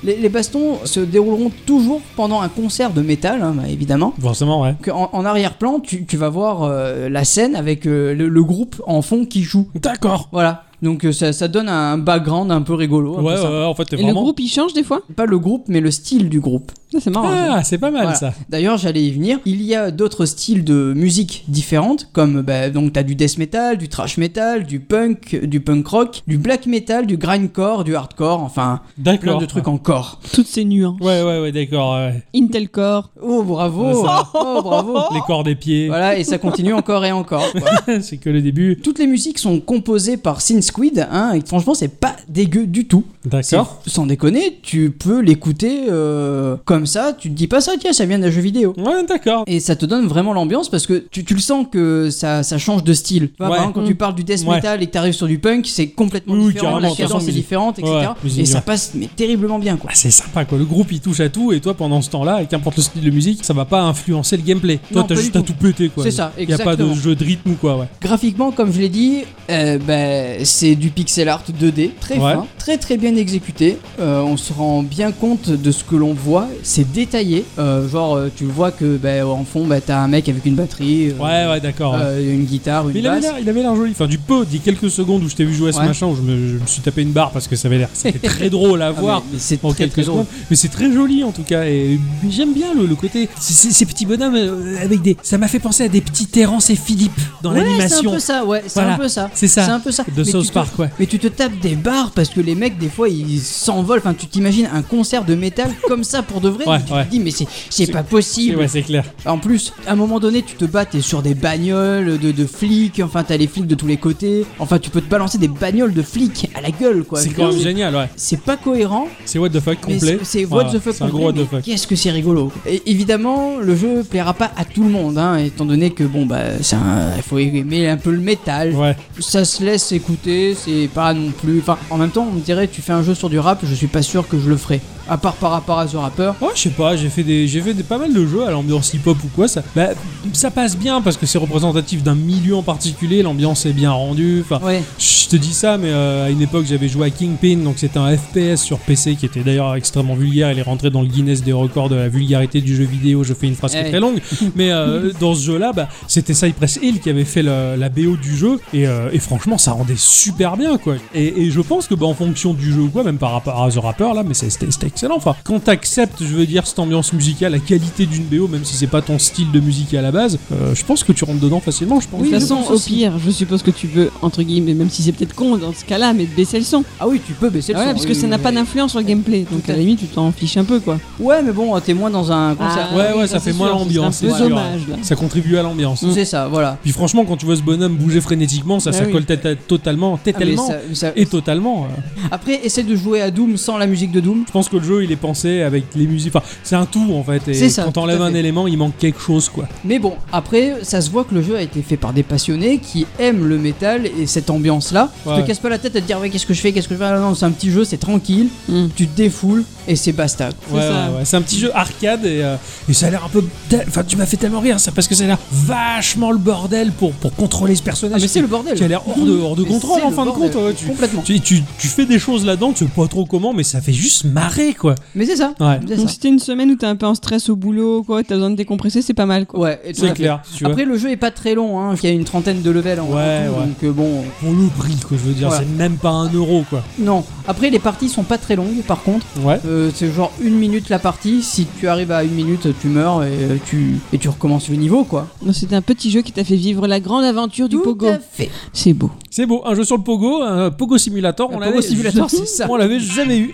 S2: les, les bastons se dérouleront toujours pendant un concert de métal, hein, bah, évidemment.
S1: forcément, ouais.
S2: Que En, en arrière-plan, tu, tu vas voir euh, la scène avec euh, le, le groupe en fond qui joue.
S1: D'accord.
S2: Voilà. Donc euh, ça, ça donne un background un peu rigolo. un
S1: Ouais, ouais,
S2: peu sympa.
S1: ouais, en fait, t'es
S3: Et le
S1: vraiment.
S3: groupe, il change des fois
S2: Pas le groupe, mais le style du groupe.
S3: Ça, C'est marrant. ça.
S1: Ah, c'est pas mal
S2: hein, Voilà.
S1: ça.
S2: D'ailleurs, j'allais y venir. Il y a d'autres styles de musique différentes, comme bah, donc t'as du death metal, du thrash metal, du punk, du punk rock, du black metal, du grindcore, du hardcore, enfin plein
S1: D'accord.
S2: de trucs encore.
S3: Toutes ces nuances.
S1: Ouais, ouais, ouais, d'accord. ouais.
S3: Intel Core.
S2: Oh bravo,
S1: Ouais, ça-
S2: oh
S1: *laughs*
S2: bravo.
S1: Les corps des pieds,
S2: Voilà et ça continue encore
S1: *laughs*
S2: et encore. quoi.
S1: c'est que le début.
S2: Toutes les musiques sont composées par Sin Squid, hein, et franchement c'est pas dégueu du tout.
S1: D'accord.
S2: C'est- Sans déconner, tu peux l'écouter euh, comme ça, tu te dis pas ça, tiens, ça vient d'un jeu vidéo.
S1: Ouais, d'accord.
S2: Et ça te donne vraiment l'ambiance parce que tu, tu le sens que ça, ça change de style. Tu
S1: Ouais.
S2: vois,
S1: Mmh.
S2: Par exemple, quand
S3: Mm.
S2: tu parles du death
S1: Ouais.
S2: metal et que t'arrives sur du punk, c'est complètement
S1: Oui,
S2: différent,
S1: carrément,
S2: la
S1: de toute façon,
S2: cadence est
S1: musique.
S2: différente, etc.
S1: Ouais, musique,
S2: et ça
S1: ouais.
S2: passe mais terriblement bien quoi.
S1: Ah, c'est sympa quoi, le groupe il touche à tout et toi pendant ce temps-là, avec qu'importe le style de musique, ça va pas influencer le gameplay. Toi
S2: Non,
S1: t'as
S2: pas
S1: juste
S2: du
S1: à
S2: tout.
S1: tout péter quoi.
S2: C'est ça,
S1: Y a pas de
S2: exactement.
S1: jeu de rythme ou quoi, ouais.
S2: Graphiquement, comme je l'ai dit, euh, bah, c'est du pixel art 2D, très
S1: Ouais.
S2: fin, très très bien exécuté. Euh, on se rend bien compte de ce que l'on voit, c'est détaillé. Euh, genre, euh, tu vois que bah, en fond, bah, t'as un mec avec une batterie, euh,
S1: Ouais, ouais, d'accord. ouais.
S2: euh, une guitare,
S1: Mais
S2: une
S1: il avait
S2: basse.
S1: l'air- il avait l'air joli. Enfin, du peu, dit quelques secondes où je t'ai vu jouer à ce
S2: Ouais.
S1: machin, où je me, je me suis tapé une barre parce que ça avait l'air. C'était
S2: *laughs*
S1: très drôle à
S2: Ah, mais-
S1: voir.
S2: mais c'est
S1: en
S2: très,
S1: quelques
S2: très drôle.
S1: secondes. Mais c'est très joli en tout cas. Et j'aime bien le, le côté. c- c- Ces petits bonhommes euh, avec des. Ça m'a fait penser à des petits Terrence et Philippe dans
S2: Ouais, C'est un
S1: l'animation.
S2: peu ça, ouais, c'est
S1: Voilà,
S2: un peu ça.
S1: c'est ça.
S2: C'est un peu ça.
S1: De
S2: Mais tu
S1: South
S2: te-
S1: Park, ouais.
S2: Mais tu te tapes des barres parce que les mecs, des fois, ils s'envolent. Enfin, tu t'imagines un concert de métal comme ça pour de vrai.
S1: Ouais,
S2: mais tu
S1: ouais.
S2: te dis, mais c'est, c'est
S1: C'est-
S2: pas
S1: Et
S2: possible.
S1: Ouais, c'est clair.
S2: En plus, à un moment donné, tu te bats, t'es sur des bagnoles de, de flics. Enfin, t'as les flics de tous les côtés. Enfin, tu peux te balancer des bagnoles de flics à la gueule, quoi.
S1: C'est
S2: Je
S1: quand
S2: veux
S1: même
S2: dire,
S1: génial, ouais.
S2: C'est pas cohérent,
S1: C'est what the fuck
S2: mais
S1: complet.
S2: c'est- c'est what
S1: Voilà,
S2: the fuck
S1: C'est un gros what
S2: complet,
S1: the
S2: mais
S1: fuck.
S2: Qu'est-ce que c'est rigolo. Et évidemment, le jeu plaira pas à tout le monde, hein, étant donné que bon bah, c'est un- il faut aimer un peu le métal,
S1: Ouais.
S2: ça se laisse écouter, c'est pas non plus. Enfin, en même temps, on me dirait, tu fais un jeu sur du rap, je suis pas sûr que je le ferai. À part par rapport à The Rapper.
S1: Ouais, je sais pas, j'ai fait des, j'ai fait des, pas mal de jeux à l'ambiance hip-hop ou quoi. Ça, bah, ça passe bien parce que c'est représentatif d'un milieu en particulier. L'ambiance est bien rendue. Enfin,
S2: Ouais,
S1: Je te dis ça, mais euh, à une époque j'avais joué à Kingpin, donc c'était un FPS sur PC qui était d'ailleurs extrêmement vulgaire. Il est rentré dans le Guinness des records de la vulgarité du jeu vidéo. Je fais une phrase qui est
S3: Eh
S2: Hey.
S1: très longue, mais
S3: *laughs*
S1: euh, dans ce jeu-là, bah, c'était Cypress Hill qui avait fait la, la BO du jeu, et, euh, et franchement, ça rendait super bien, quoi. Et, et je pense que bah, en fonction du jeu ou quoi, même par rapport à The Rapper là, mais c'est- c'était c'était excellent. Enfin, quand t'acceptes, je veux dire, cette ambiance musicale, la qualité d'une BO, même si c'est pas ton style de musique à la base, euh, je pense que tu rentres dedans facilement. Je pense.
S3: de
S2: Oui,
S3: toute
S2: je
S3: façon,
S2: pense
S3: au
S2: aussi.
S3: pire, je suppose que tu veux, entre guillemets, même si c'est peut-être con dans ce cas-là, mais de baisser le son.
S2: ah oui, tu peux baisser le
S3: Ah ouais,
S2: son,
S3: parce
S2: oui,
S3: que ça
S2: oui,
S3: n'a
S2: oui.
S3: pas d'influence sur le gameplay. Donc
S2: Tout
S3: à
S2: à
S3: la
S2: fait.
S3: limite, tu t'en fiches un peu quoi.
S2: Ouais, mais bon, t'es moins dans un concert.
S1: ouais, ouais, ça fait moins l'ambiance,
S3: C'est un
S1: c'est
S3: peu
S1: sûr.
S3: dommage là.
S1: Ça contribue à l'ambiance.
S2: C'est ça, voilà.
S1: Puis franchement, quand tu vois ce bonhomme bouger frénétiquement, ça,
S3: Bah
S1: ça
S3: oui.
S1: colle tête à- totalement,
S2: Ah, mais
S1: tellement
S2: ça- ça-
S1: et totalement. euh.
S2: Après, essaie de jouer à Doom sans la musique de Doom.
S1: Je pense que le jeu, il est pensé avec les musiques. Enfin, c'est un tout en fait. Et
S2: C'est ça,
S1: quand
S2: tout à
S1: t'enlèves un
S2: fait.
S1: élément, il manque quelque chose, quoi.
S2: Mais bon, après, ça se voit que le jeu a été fait par des passionnés qui aiment le métal et cette ambiance-là. Tu
S1: Ouais.
S2: te casses pas la tête à te dire, ouais, qu'est-ce que je fais, qu'est-ce que je fais. Ah, Non, non, c'est un petit jeu, c'est tranquille,
S3: Mm.
S2: tu te défoules et c'est basta.
S3: C'est
S1: Ouais,
S3: ça.
S1: ouais, ouais. C'est un petit jeu arcade et, euh, et ça a l'air un peu. tel- Enfin, tu m'as fait tellement rire, ça, parce que ça a l'air vachement le bordel pour, pour contrôler ce
S2: Ah,
S1: personnage.
S2: mais c'est
S1: qui-
S2: le bordel.
S1: Qui a l'air hors de, hors de
S2: Mais
S1: contrôle
S2: c'est
S1: en
S2: le
S1: fin de
S2: bordel,
S1: compte. ouais, tu,
S2: Complètement.
S1: tu, tu- tu fais des choses là-dedans, tu sais pas trop comment, mais ça fait juste marrer quoi.
S2: Mais c'est ça.
S1: Ouais.
S2: C'est
S3: Donc
S2: ça.
S3: si t'es une semaine où t'es un peu en stress au boulot, quoi, t'as besoin de décompresser, c'est pas mal, quoi.
S2: Ouais, et tout à
S1: C'est
S2: fait.
S1: clair. Tu vois.
S2: Après, le jeu est pas très long, hein. il y a une trentaine de levels en
S1: Ouais,
S2: tout,
S1: ouais.
S2: donc euh, bon,
S1: Pour le prix, quoi, je veux dire,
S2: Ouais.
S1: c'est même pas un euro, quoi.
S2: non. Après, les parties sont pas très longues par contre,
S1: Ouais.
S2: Euh, c'est genre une minute la partie, si tu arrives à une minute, tu meurs et euh, tu, et tu recommences le niveau quoi.
S3: Donc c'était un petit jeu qui t'a fait vivre la grande aventure du
S2: Tout
S3: pogo.
S2: à fait.
S3: C'est beau.
S1: C'est beau, un jeu sur le pogo, un pogo simulator,
S2: Un
S1: on
S2: Pogo
S1: l'avait
S2: Simulator, c'est ça.
S1: On l'avait jamais eu.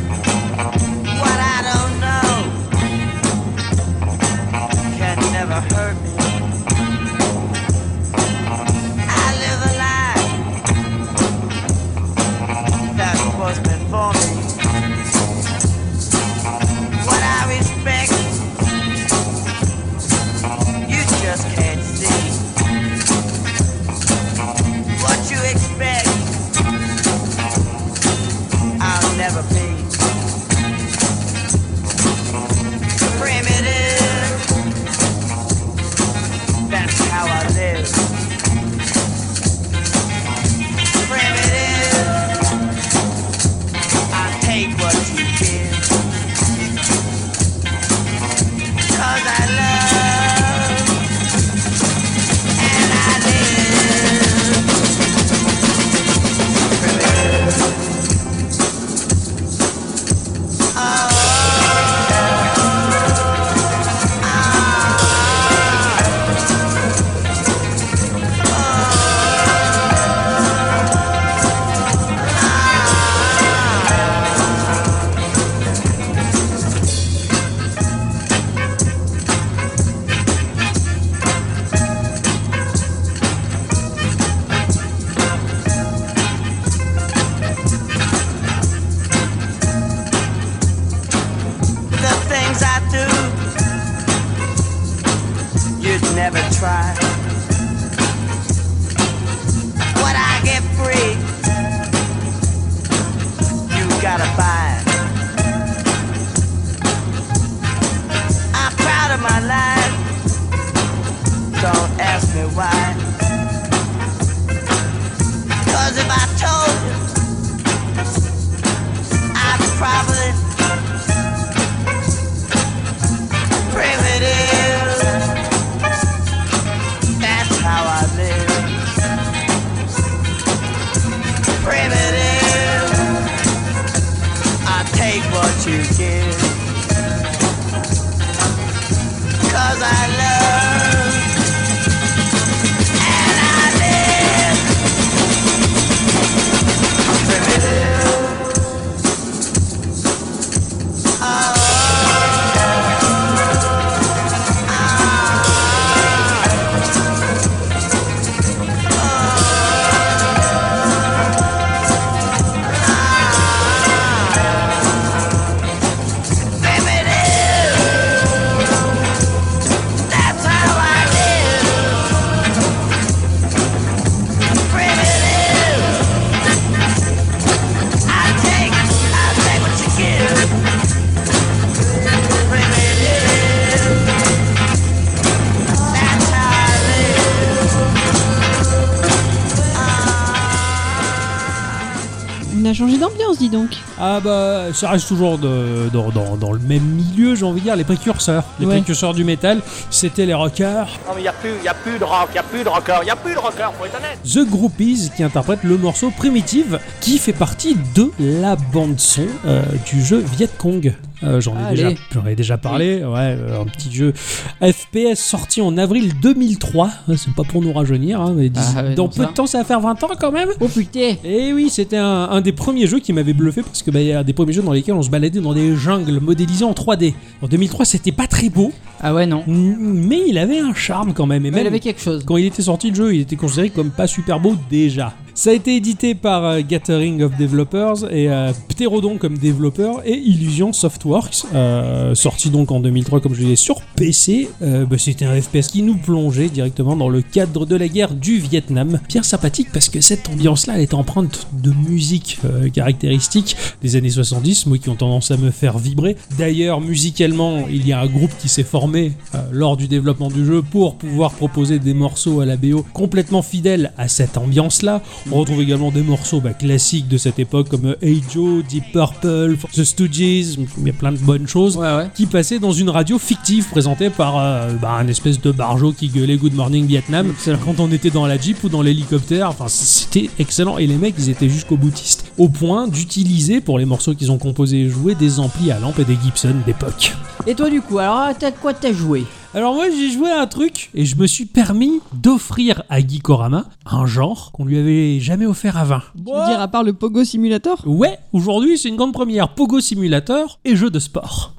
S6: What I don't know can never hurt me. I live a life that was meant for me. What I respect, you just can't see. What you expect, I'll never be. primitive. That's how I live. Primitive. I take what you give. Cause I love. And I live. Primitive. Oh. the things I do. You'd never try. What I get free, you gotta buy. it. I'm proud of my life. Don't ask me why. Cause if I told you, I'd probably primitive. That's how I live. Primitive. I take what you give. Cause I love. And I live. Primitive. Oh. primitive. That's how I live. Primitive. I take, I take what you give. Primitive. That's how I live.
S3: On a changé d'ambiance, dis donc.
S1: Ah bah ça reste toujours de- dans, dans- dans le même milieu, j'ai envie de dire, les précurseurs. Les
S3: Ouais.
S1: précurseurs du métal, c'était les rockers.
S7: Non mais y a plus, y a plus de rock, y a plus de rocker, y a plus de rocker, faut être honnête.
S1: The Groupies qui interprète le morceau Primitive qui fait partie de la bande son euh, du jeu Viet Cong. Euh, J'en ai,
S2: Allez.
S1: déjà- j'en ai déjà parlé, ouais, euh, un petit jeu FPS sorti en avril 2003. Euh, C'est pas pour nous rajeunir, hein, mais dis-
S2: Ah ouais,
S1: dans
S2: non,
S1: peu
S2: ça.
S1: de temps ça va faire 20 ans quand même.
S2: Oh putain.
S1: Et Eh oui, c'était un, un des premiers jeux qui m'avait bluffé parce que bah, il y a des premiers jeux dans lesquels on se baladait dans des jungles modélisées en 3D. En 2003, c'était pas très beau.
S2: Ah ouais, non.
S1: Mais il avait un charme quand même. Et
S2: Mais
S1: même
S2: il avait quelque chose.
S1: Quand il était sorti le jeu, il était considéré comme pas super beau déjà. Ça a été édité par euh, Gathering of Developers et euh, Pterodon comme développeur et Illusion Softworks, euh, sorti donc en 2003 comme je le disais sur PC. Euh, bah, C'était un FPS qui nous plongeait directement dans le cadre de la guerre du Vietnam. Bien sympathique parce que cette ambiance-là, elle est empreinte de musique euh, caractéristique des années 70, moi qui ont tendance à me faire vibrer. D'ailleurs, musicalement, il y a un groupe qui s'est formé euh, lors du développement du jeu pour pouvoir proposer des morceaux à la BO complètement fidèles à cette ambiance-là. On retrouve également des morceaux bah, classiques de cette époque comme euh, Hey Joe, Deep Purple, The Stooges, il y a plein de bonnes choses
S2: Ouais, ouais.
S1: qui passait dans une radio fictive présentée par euh, bah, un espèce de barjo qui gueulait Good Morning Vietnam quand on était dans la Jeep ou dans l'hélicoptère. Enfin, c- c'était excellent. Et les mecs, ils étaient jusqu'au boutiste. Au point d'utiliser pour les morceaux qu'ils ont composés et joués des amplis à lampe et des Gibson d'époque.
S2: Et toi, du coup, alors, à t'as- quoi t'as joué
S1: Alors moi j'ai joué à un truc et je me suis permis d'offrir à Guy Korama un genre qu'on lui avait jamais offert à 20.
S3: Je veux dire, à part le Pogo Simulator
S1: Ouais, aujourd'hui c'est une grande première, Pogo Simulator et jeu de sport.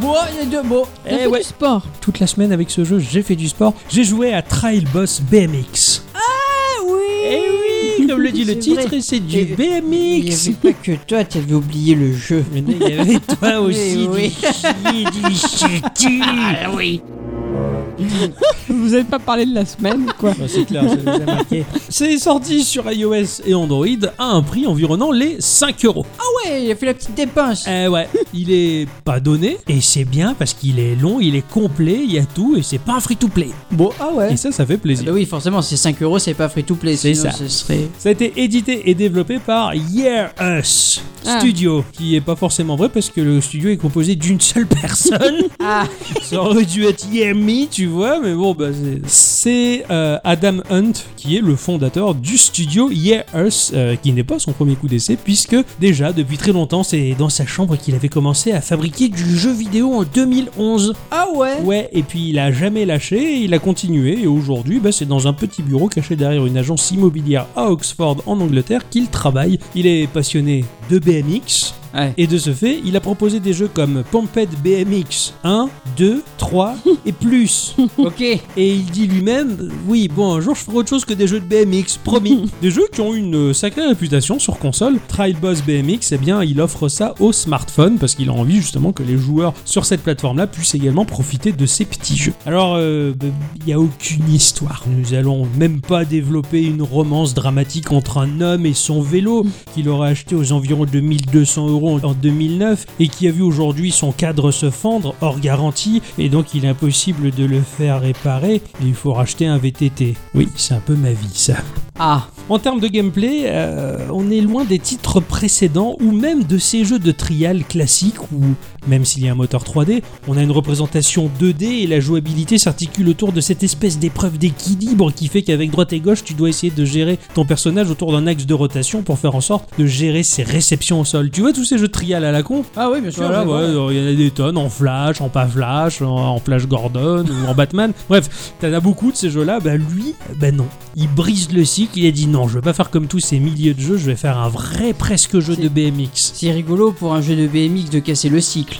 S2: Bon, il y a deux mots.
S1: Eh
S3: T'as fait du sport *laughs*
S1: Toute la semaine avec ce jeu, j'ai fait du sport. J'ai joué à Trail Boss BMX. Ah oui Eh oui Comme le dit le
S2: C'est
S1: titre,
S2: vrai.
S1: c'est du
S2: Et- Il n'y
S1: BMX
S2: avait pas que toi, t'avais oublié le jeu.
S1: Mais non, il y avait toi aussi
S2: Mais oui. Ah
S1: du chi- du ch'ti.
S3: Vous n'avez pas parlé de la semaine,
S1: *laughs*
S3: quoi.
S1: Ouais, Bah, c'est clair, ça nous a marqué. C'est sorti sur iOS et Android à un prix environnant les 5 euros.
S2: Ah ouais, il a fait la petite dépense.
S1: Eh ouais, il est pas donné et c'est bien parce qu'il est long, il est complet, il y a tout et c'est pas un free-to-play.
S2: Bon, ah ouais.
S1: Et ça, ça fait
S2: Ah
S1: plaisir.
S2: bah oui, forcément, c'est 5 euros, c'est pas free to play.
S1: C'est
S2: sinon
S1: ça.
S2: Ce serait.
S1: Ça a été édité et développé par Year Us
S3: Ah.
S1: Studio, qui est pas forcément vrai parce que le studio est composé d'une seule *laughs* personne.
S2: Ah.
S1: Ça aurait dû être Year Me, tu vois, mais bon, bah, c'est- c'est euh, Adam Hunt qui est le fondateur du studio Year Us, euh, qui n'est pas son premier coup d'essai puisque déjà depuis très longtemps, c'est dans sa chambre qu'il avait commencé à fabriquer du jeu vidéo en 2011.
S2: Ah ouais.
S1: Ouais, et puis il a jamais lâché, il a continué, et aujourd'hui, bah, c'est dans un petit bureau caché derrière une agence immobilière à Oxford, en Angleterre, qu'il travaille. Il est passionné de BMX,
S2: Ouais.
S1: et de ce fait, il a proposé des jeux comme Pompette BMX 1, 2, 3 et plus.
S2: ok.
S1: Et il dit lui-même Oui, bon, un jour je ferai autre chose que des jeux de BMX, promis. des jeux qui ont une euh, sacrée réputation sur console. Trial Boss BMX, eh bien, il offre ça au smartphone parce qu'il a envie justement que les joueurs sur cette plateforme-là puissent également profiter de ces petits jeux. Alors, euh, bah, il n'y a aucune histoire. Nous allons même pas développer une romance dramatique entre un homme et son vélo qu'il aurait acheté aux environs de 1200 euros en 2009 et qui a vu aujourd'hui son cadre se fendre hors garantie et donc il est impossible de le faire réparer et il faut racheter un VTT. Oui, c'est un peu ma vie ça.
S2: Ah.
S1: En termes de gameplay, euh, on est loin des titres précédents ou même de ces jeux de trial classiques où, même s'il y a un moteur 3D, on a une représentation 2D et la jouabilité s'articule autour de cette espèce d'épreuve d'équilibre qui fait qu'avec droite et gauche, tu dois essayer de gérer ton personnage autour d'un axe de rotation pour faire en sorte de gérer ses réceptions au sol. Tu vois tous ces jeux de trial à la con
S2: Ah oui, bien sûr.
S1: voilà,
S2: je vois.
S1: ouais, alors, il y en a des tonnes en Flash, en pas Flash, en, en Flash Gordon ou en Batman. *laughs* Bref, t'en as beaucoup de ces jeux-là. Bah lui, bah non, il brise le cycle. Il a dit non, je vais pas faire comme tous ces milliers de jeux. Je vais faire un vrai presque jeu de BMX.
S2: C'est rigolo pour un jeu de BMX de casser le cycle.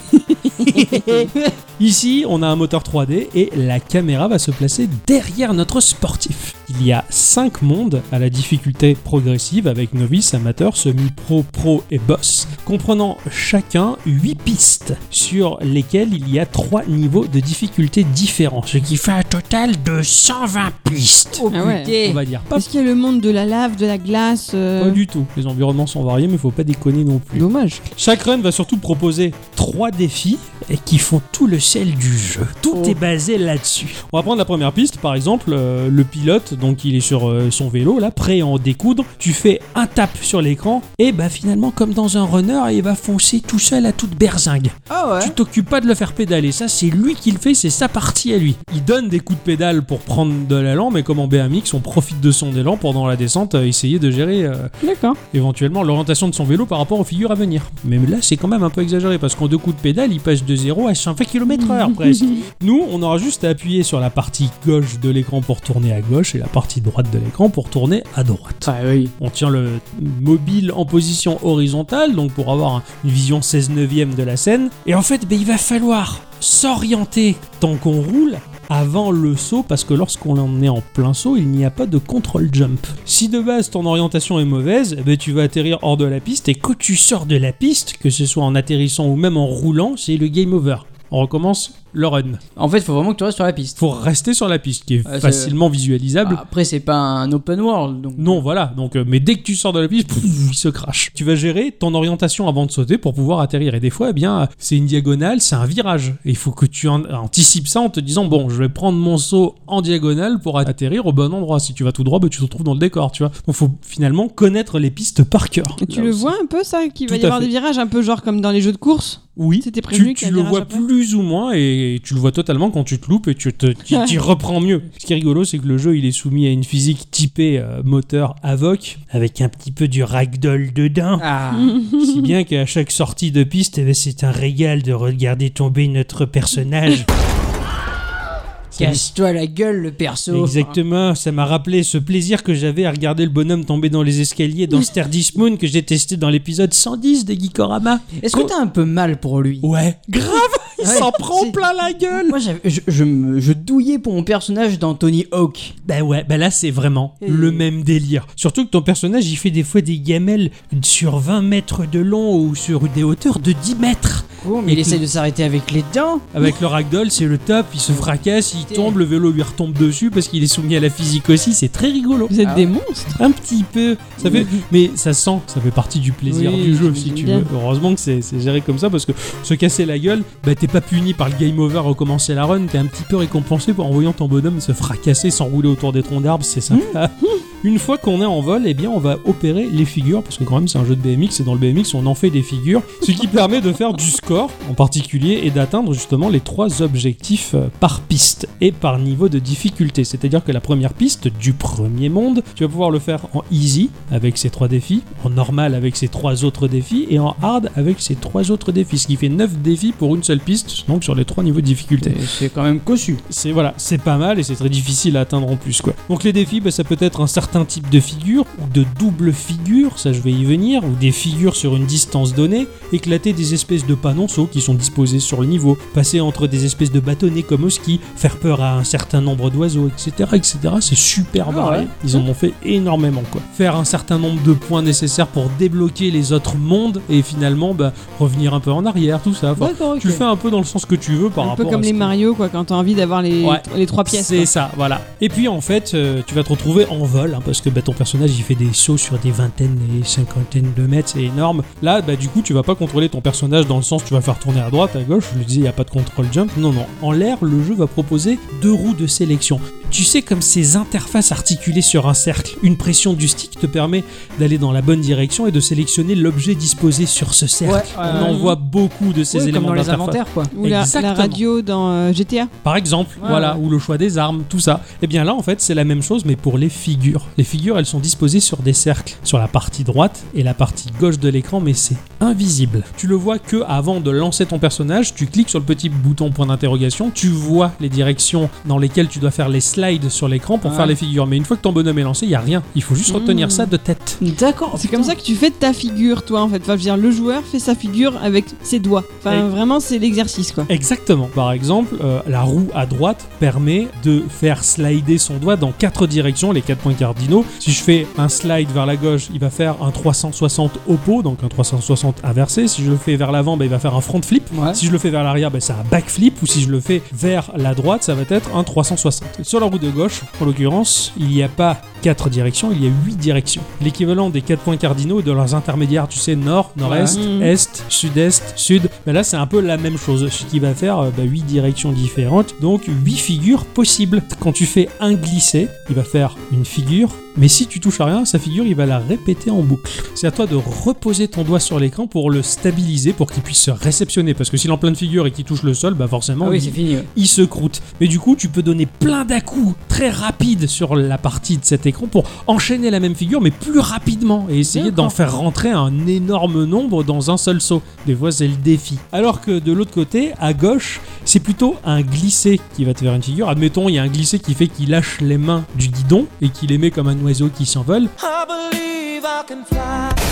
S1: Ici, on a un moteur 3D et la caméra va se placer derrière notre sportif. Il y a 5 mondes à la difficulté progressive avec novice, amateur, semi-pro, pro et boss, comprenant chacun 8 pistes sur lesquelles il y a 3 niveaux de difficulté différents, ce qui fait un total de 120 pistes.
S2: Oh
S3: Ah ouais.
S1: On
S2: putain.
S1: va dire pas,
S3: Parce qu'il y a le monde de la lave, de la glace. euh,
S1: pas du tout. Les environnements sont variés, mais faut pas déconner non plus.
S3: Dommage.
S1: Chaque run va surtout proposer trois défis et qui font tout le sel du jeu. Tout
S2: Oh.
S1: est basé là-dessus. On va prendre la première piste, par exemple, euh, le pilote, donc il est sur euh, son vélo, là, prêt à en découdre. Tu fais un tap sur l'écran et bah finalement, comme dans un runner, il va foncer tout seul à toute berzingue.
S2: Ah
S1: Tu t'occupes pas de le faire pédaler, ça c'est lui qui le fait, c'est sa partie à lui. Il donne des coups de pédale pour prendre de l'élan, mais comme en BMX, on profite de son élan pendant la descente, euh, essayer de gérer euh,
S3: D'accord.
S1: éventuellement l'orientation de son vélo par rapport aux figures à venir. Mais là, c'est quand même un peu exagéré parce qu'en deux coups de pédale, il passe de 0 à 120 km/h presque. Nous, on aura juste à appuyer sur la partie gauche de l'écran pour tourner à gauche et la partie droite de l'écran pour tourner à droite.
S2: Ah oui.
S1: On tient le mobile en position horizontale, donc pour avoir une vision 16 neuvième de la scène. Et en fait, ben, il va falloir s'orienter tant qu'on roule avant le saut parce que lorsqu'on en est en plein saut, il n'y a pas de control jump. Si de base ton orientation est mauvaise, eh ben, tu vas atterrir hors de la piste et quand tu sors de la piste, que ce soit en atterrissant ou même en roulant, c'est le game over. On recommence le run.
S2: En fait, faut vraiment que tu restes sur la piste.
S1: Faut rester sur la piste qui est
S2: Ouais, c'est-
S1: facilement visualisable.
S2: Bah, Après, c'est pas un open world, donc.
S1: Non, voilà. Donc, euh, mais dès que tu sors de la piste, pouf, il se crache. Tu vas gérer ton orientation avant de sauter pour pouvoir atterrir. Et des fois, eh bien, c'est une diagonale, c'est un virage. Et il faut que tu an- anticipes ça en te disant bon, je vais prendre mon saut en diagonale pour atterrir au bon endroit. Si tu vas tout droit, bah, tu te retrouves dans le décor, tu vois. Donc, faut finalement connaître les pistes par cœur.
S3: Et tu le vois un peu ça, qu'il va
S1: Tout
S3: y
S1: à
S3: avoir
S1: fait.
S3: des virages un peu genre comme dans les jeux de course
S1: Oui.
S3: C'était prévenu
S1: Tu,
S3: qu'il y
S1: tu le
S3: a virage
S1: vois
S3: après.
S1: plus ou moins et tu le vois totalement quand tu te loupes et tu te tu-
S3: Ouais.
S1: tu reprends mieux. Ce qui est rigolo, c'est que le jeu il est soumis à une physique typée euh, moteur AVOC avec un petit peu du ragdoll dedans.
S2: Ah.
S1: Si bien qu'à chaque sortie de piste, eh ben, c'est un régal de regarder tomber notre
S3: *laughs*
S1: personnage. Ça me-
S2: Casse-toi la gueule, le perso.
S1: Exactement, ça m'a rappelé ce plaisir que j'avais à regarder le bonhomme tomber dans les escaliers dans Stardust Moon que j'ai testé dans l'épisode 110 de Geekorama.
S2: Est-ce que t'as un peu mal pour lui
S1: Ouais, grave,
S2: *laughs*
S1: il
S2: Ouais,
S1: s'en prend
S2: c'est-
S1: plein la gueule.
S2: Moi, j'avais- je, je me- je douillais pour mon personnage dans Tony Hawk.
S1: Bah ouais, bah là c'est vraiment
S2: Et-
S1: le même délire. Surtout que ton personnage il fait des fois des gamelles sur 20 mètres de long ou sur des hauteurs de 10 mètres.
S2: Oh, mais il essaie de s'arrêter avec les dents.
S1: Avec le ragdoll c'est le top, il se fracasse, il tombe, le vélo lui retombe dessus parce qu'il est soumis à la physique aussi, c'est très rigolo.
S3: Vous êtes
S2: Ah ouais.
S3: des monstres
S1: Un petit peu, ça fait, mais ça sent, ça fait partie du plaisir
S3: Oui,
S1: du jeu
S3: j'imagine
S1: si tu
S3: bien.
S1: veux. Heureusement que c'est c'est géré comme ça parce que se casser la gueule, bah t'es pas puni par le game over recommencer la run, t'es un petit peu récompensé en voyant ton bonhomme se fracasser, s'enrouler autour des troncs d'arbres, c'est
S3: Mmh.
S1: sympa. Une fois qu'on est en vol, eh bien on va opérer les figures, parce que quand même c'est un jeu de BMX, et dans le BMX on en fait des figures, ce qui permet de faire du score en particulier et d'atteindre justement les trois objectifs euh, par piste et par niveau de difficulté. C'est-à-dire que la première piste du premier monde, tu vas pouvoir le faire en easy avec ses trois défis, en normal avec ses trois autres défis et en hard avec ses trois autres défis, ce qui fait neuf défis pour une seule piste, donc sur les trois niveaux de difficulté
S2: C'est quand même cossu.
S1: c'est voilà, c'est pas mal et c'est très difficile à atteindre en plus quoi. Donc les défis, bah, ça peut être un certain type de figure ou de double figure, ça je vais y venir, ou des figures sur une distance donnée, éclater des espèces de panonceaux qui sont disposés sur le niveau, passer entre des espèces de bâtonnets comme au ski, faire peur à un certain nombre d'oiseaux, etc., etc. C'est super
S3: Ah
S1: varié.
S2: ouais.
S1: Ils en ont fait énormément quoi. Faire un certain nombre de points nécessaires pour débloquer les autres mondes et finalement bah, revenir un peu en arrière, tout ça. Enfin,
S2: D'accord,
S1: tu le fais un peu dans le sens que tu veux par
S3: Un peu
S1: rapport à
S3: comme
S1: ce
S3: les
S1: que-
S3: Mario, quoi, quand t'as envie d'avoir les,
S1: Ouais.
S3: les trois pièces.
S2: hein.
S1: c'est ça, voilà. Et puis en fait, euh, tu vas te retrouver en vol, hein, parce que bah, ton personnage il fait des sauts sur des vingtaines et cinquantaines de mètres, c'est énorme. Là, bah, du coup, tu vas pas contrôler ton personnage dans le sens tu vas faire tourner à droite, à gauche. Je le disais, il n'y a pas de contrôle jump. Non, non. En l'air, le jeu va proposer deux roues de sélection. Tu sais, comme ces interfaces articulées sur un cercle, une pression du stick te permet d'aller dans la bonne direction et de sélectionner l'objet disposé sur ce cercle.
S2: Ouais, ouais,
S1: On en
S2: ouais.
S1: voit beaucoup de ces
S2: Ouais, comme
S1: éléments
S2: dans les
S1: d'interface
S2: inventaires, quoi.
S3: Ou la,
S1: Exactement.
S3: la radio dans euh, GTA.
S1: par exemple,
S2: Ouais,
S1: voilà,
S2: ouais.
S1: ou le choix des armes, tout ça. Et bien là, en fait, c'est la même chose, mais pour les figures. Les figures, elles sont disposées sur des cercles, sur la partie droite et la partie gauche de l'écran, mais c'est invisible. Tu le vois que avant de lancer ton personnage, tu cliques sur le petit bouton point d'interrogation, tu vois les directions dans lesquelles tu dois faire les slides sur l'écran pour
S2: Ouais. Mmh.
S1: faire les figures. Mais une fois que ton bonhomme est lancé, il y a rien. Il faut juste retenir ça de tête.
S2: D'accord.
S3: C'est comme ça que tu fais ta figure, toi, en fait. Enfin, je veux dire, le joueur fait sa figure avec ses doigts. Enfin,
S1: Et-
S3: vraiment, c'est l'exercice, quoi.
S1: Exactement. Par exemple, euh, la roue à droite permet de faire slider son doigt dans quatre directions, les quatre points cardinaux. Si je fais un slide vers la gauche, il va faire un 360 oppo, donc un 360 inversé. Si je le fais vers l'avant, bah, il va faire un front flip.
S2: Ouais. Ah
S1: Si je le fais vers l'arrière, bah, c'est un back flip. Ou si je le fais vers la droite, ça va être un 360. Et sur la roue de gauche, en l'occurrence, il n'y a pas quatre directions, il y a huit directions. L'équivalent des quatre points cardinaux et de leurs intermédiaires, tu sais, nord, nord-est,
S3: Ouais.
S2: Mmh.
S3: Mhm.
S1: est, sud-est, sud. Mais là, c'est un peu la même chose, ce qui va faire 8 directions différentes, donc 8 figures possibles. Quand tu fais un glissé, il va faire une figure, mais si tu touches à rien, sa figure, il va la répéter en boucle. C'est à toi de reposer ton doigt sur l'écran pour le stabiliser, pour qu'il puisse se réceptionner, parce que s'il est en pleine figure et qu'il touche le sol, bah forcément,
S2: Ah oui,
S1: il-
S2: c'est fini. ouais.
S1: il se croûte. Mais du coup, tu peux donner plein d'à-coups très rapides sur la partie de cet écran pour enchaîner la même figure, mais plus rapidement et essayer d'en faire rentrer un énorme nombre dans un seul saut. Des fois, c'est le défi. Alors que de l'autre côté, à gauche, c'est plutôt un glissé qui va te faire une figure. Admettons, il y a un glissé qui fait qu'il lâche les mains du guidon et qu'il les met comme un oiseau qui s'envole.
S6: I believe I can fly.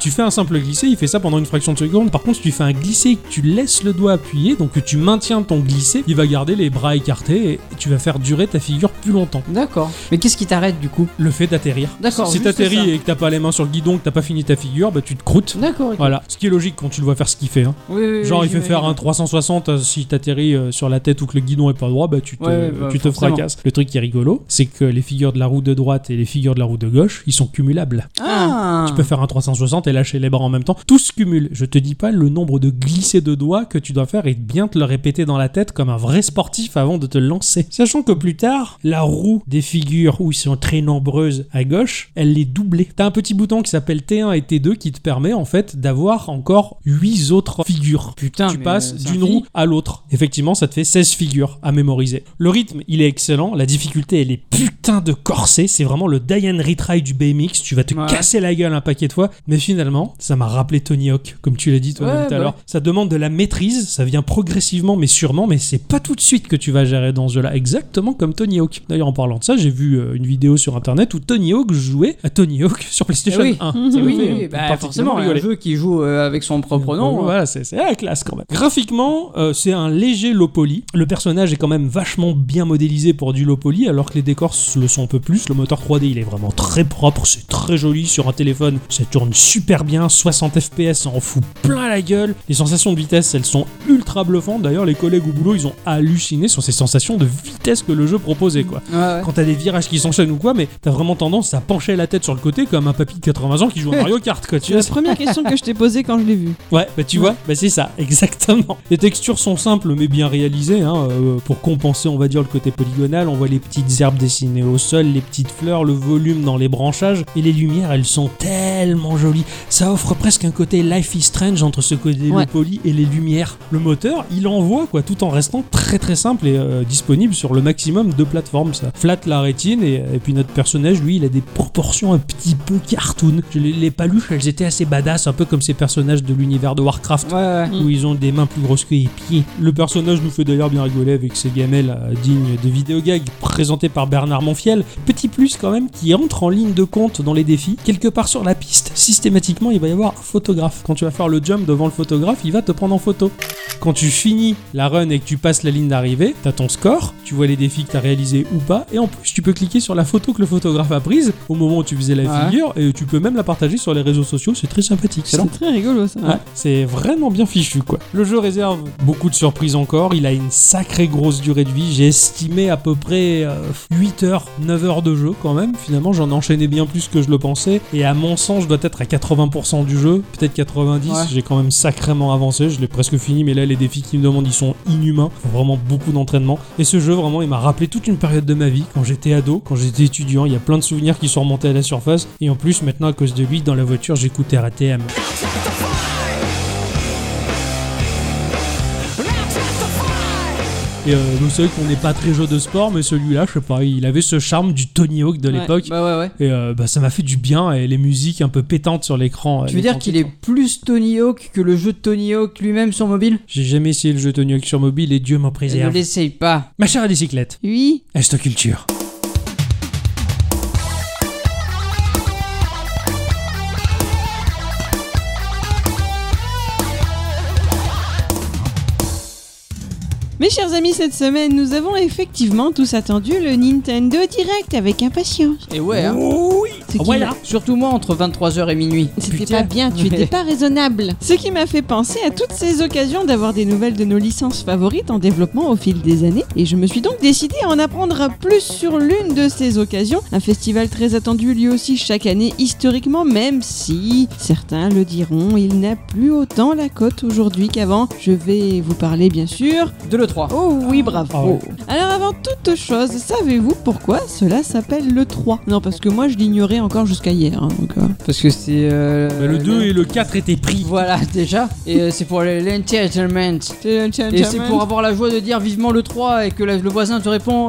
S1: Tu tu fais un simple glissé, il fait ça pendant une fraction de seconde. Par contre, si tu fais un glissé et que tu laisses le doigt appuyé, donc que tu maintiens ton glissé, il va garder les bras écartés et tu vas faire durer ta figure plus longtemps.
S2: D'accord. Mais qu'est-ce qui t'arrête du coup
S1: Le fait d'atterrir.
S2: D'accord,
S1: Si
S2: juste ça.
S1: t'atterris et que t'as pas les mains sur le guidon, que t'as pas fini ta figure, bah tu te croûtes.
S2: D'accord. ok.
S1: Voilà. Ce qui est logique quand tu le vois faire ce qu'il fait. hein.
S2: Oui, oui, oui,
S1: Genre, il fait
S2: j'imagine.
S1: faire un 360, euh, si t'atterris euh, sur la tête ou que le guidon est pas droit, bah tu te,
S2: Ouais, ouais, bah,
S1: tu te
S2: forcément.
S1: fracasses. Le truc qui est rigolo, c'est que les figures de la roue de droite et les figures de la roue de gauche, ils sont cumulables.
S2: Ah.
S1: Tu peux faire un 360 et lâcher les bras en même temps. Tout se cumule. Je te dis pas le nombre de glissés de doigts que tu dois faire et de bien te le répéter dans la tête comme un vrai sportif avant de te lancer. Sachant que plus tard, la roue des figures où ils sont très nombreuses à gauche, elle les doublée. T'as un petit bouton qui s'appelle T1 et T2 qui te permet en fait d'avoir encore 8 autres figures.
S2: Putain,
S1: tu
S2: mais,
S1: passes
S2: euh, c'est
S1: d'une
S2: infini.
S1: roue à l'autre. Effectivement, ça te fait 16 figures à mémoriser. Le rythme, il est excellent. La difficulté, elle est putain de corsée. C'est vraiment le Diane Retry du BMX. Tu vas te
S2: Ouais.
S1: casser la gueule un paquet de fois. Mais finalement, ça m'a rappelé Tony Hawk, comme tu l'as dit toi-même
S2: Ouais,
S1: tout à
S2: bah
S1: l'heure. Ça demande de la maîtrise. Ça vient progressivement, mais sûrement. Mais c'est pas tout de suite que tu vas gérer dans ce jeu-là. Exactement comme Tony Hawk. D'ailleurs, en parlant de ça, j'ai vu euh, une vidéo sur internet où Tony Hawk jouait à Tony Hawk *laughs* sur PlayStation
S2: Eh oui. *laughs*
S1: 1.
S2: Oui,
S1: Ça me
S2: oui,
S1: fait,
S2: oui,
S1: euh,
S2: bah,
S1: particulièrement
S2: forcément, un
S1: rigoler.
S2: jeu qui joue euh, avec son propre
S1: Donc,
S2: nom.
S1: Voilà, c'est c'est la classe quand même. Graphiquement, euh, c'est un léger low poly. Le personnage est quand même vachement bien modélisé pour du low poly, alors que les décors le sont un peu plus. Le moteur 3D, il est vraiment très propre, c'est très joli sur un téléphone. Ça tourne super bien, 60 FPS, ça en fout plein la gueule. Les sensations de vitesse, elles sont ultra bluffantes. D'ailleurs, les collègues au boulot, ils ont halluciné sur ces sensations de vitesse que le jeu proposait, quoi
S2: Ouais, ouais.
S1: quand t'as des virages qui s'enchaînent ou quoi, mais t'as vraiment tendance à pencher la tête sur le côté comme un papy de 80 ans qui joue à Mario Kart, quoi. Tu
S3: C'est la
S1: vois,
S3: première question que je t'ai posée quand je l'ai vu.
S1: Ouais, bah tu vois, bah c'est ça, *laughs* exactement. Les textures sont simples mais bien réalisées, hein, euh, pour compenser on va dire le côté polygonal, on voit les petites herbes dessinées au sol, les petites fleurs, le volume dans les branchages, et les lumières elles sont tellement jolies. Ça offre presque un côté Life is Strange entre ce côté
S3: Ouais.
S1: le poly et les lumières. Le moteur, il envoie quoi, tout en restant très très simple et euh, disponible sur le maximum de plateformes. Ça flatte la rétine et, et puis notre personnage, lui, il a des proportions un petit peu cartoon. Je- Les, les paluches, elles étaient assez badass, un peu comme ces personnages de l'univers de Warcraft.
S2: Ouais, ouais.
S1: Où ils ont des mains plus grosses que les pieds. Le personnage nous fait d'ailleurs bien rigoler avec ses gamelles euh, dignes de vidéogags présentées par Bernard Monfiel. Petit plus quand même qui entre en ligne de compte dans les défis. Quelque part sur la piste, systématiquement, il va y avoir un photographe. Quand tu vas faire le jump devant le photographe, il va te prendre en photo. Quand tu finis la run et que tu passes la ligne d'arrivée, t'as ton score, tu vois les défis que t'as réalisés ou pas, et en plus tu peux cliquer sur la photo que le photographe a prise au moment où tu faisais la
S2: Ouais.
S1: figure, et tu peux même la partager sur les réseaux sociaux, c'est très sympathique.
S3: C'est très rigolo ça.
S1: Ouais, c'est vraiment bien fichu quoi. Le jeu réserve beaucoup de surprises encore, il a une sacrée grosse durée de vie, j'ai estimé à peu près 8 heures, 9 heures de jeu quand même, finalement j'en enchaînais bien plus que je le pensais, et à mon sens je dois être à 80% du jeu, peut-être 90,
S2: Ouais.
S1: j'ai quand même sacrément avancé, je l'ai presque fini, mais là les défis qui me demandent ils sont inhumains, faut vraiment beaucoup d'entraînement, et ce jeu vraiment il m'a rappelé toute une période de ma vie, quand j'étais ado, quand j'étais étudiant, il y a plein de souvenirs qui sont remontés à la surface, et en plus maintenant à cause de lui dans la voiture j'écoute RATM. Et euh, donc c'est vrai qu'on n'est pas très jeu de sport, mais celui-là, je sais pas, il avait ce charme du Tony Hawk de
S3: Ouais.
S1: l'époque.
S2: Bah ouais, ouais.
S1: Et euh, bah, ça m'a fait du bien, et les musiques un peu pétantes sur l'écran.
S2: Tu
S1: euh,
S2: veux dire
S1: l'écran
S2: qu'il est
S1: pétant.
S2: plus Tony Hawk que le jeu de Tony Hawk lui-même sur mobile
S1: J'ai jamais essayé le jeu Tony Hawk sur mobile, et Dieu m'en
S2: Ne
S1: préserve.
S2: l'essaye pas.
S1: Ma chère à bicyclette,
S3: Oui.
S1: Estoculture.
S3: Mes chers amis, cette semaine, nous avons effectivement tous attendu le Nintendo Direct avec impatience.
S2: Et ouais, hein.
S3: Ce qui
S1: Voilà.
S2: Surtout moi entre 23h et minuit.
S3: Oh, C'était
S2: Putain.
S3: pas bien, tu étais pas raisonnable. Ce qui m'a fait penser à toutes ces occasions d'avoir des nouvelles de nos licences favorites en développement au fil des années, et je me suis donc décidée à en apprendre plus sur l'une de ces occasions, un festival très attendu lui aussi chaque année historiquement, même si certains le diront, il n'a plus autant la cote aujourd'hui qu'avant. Je vais vous parler bien sûr.
S2: De l'E3.
S3: Oh oui,
S1: Ah
S3: bravo.
S1: ouais.
S3: Alors avant toute chose, savez-vous pourquoi cela s'appelle le 3 Non, parce que moi je l'ignorais encore jusqu'à hier. hein, donc, euh,
S2: Parce que c'est. euh,
S1: Bah, le 2 et le 4 étaient pris.
S2: Voilà, *laughs* déjà. Et euh, c'est pour le- l'entertainment. Et c'est pour avoir la joie de dire vivement le 3 et que la- le voisin te répond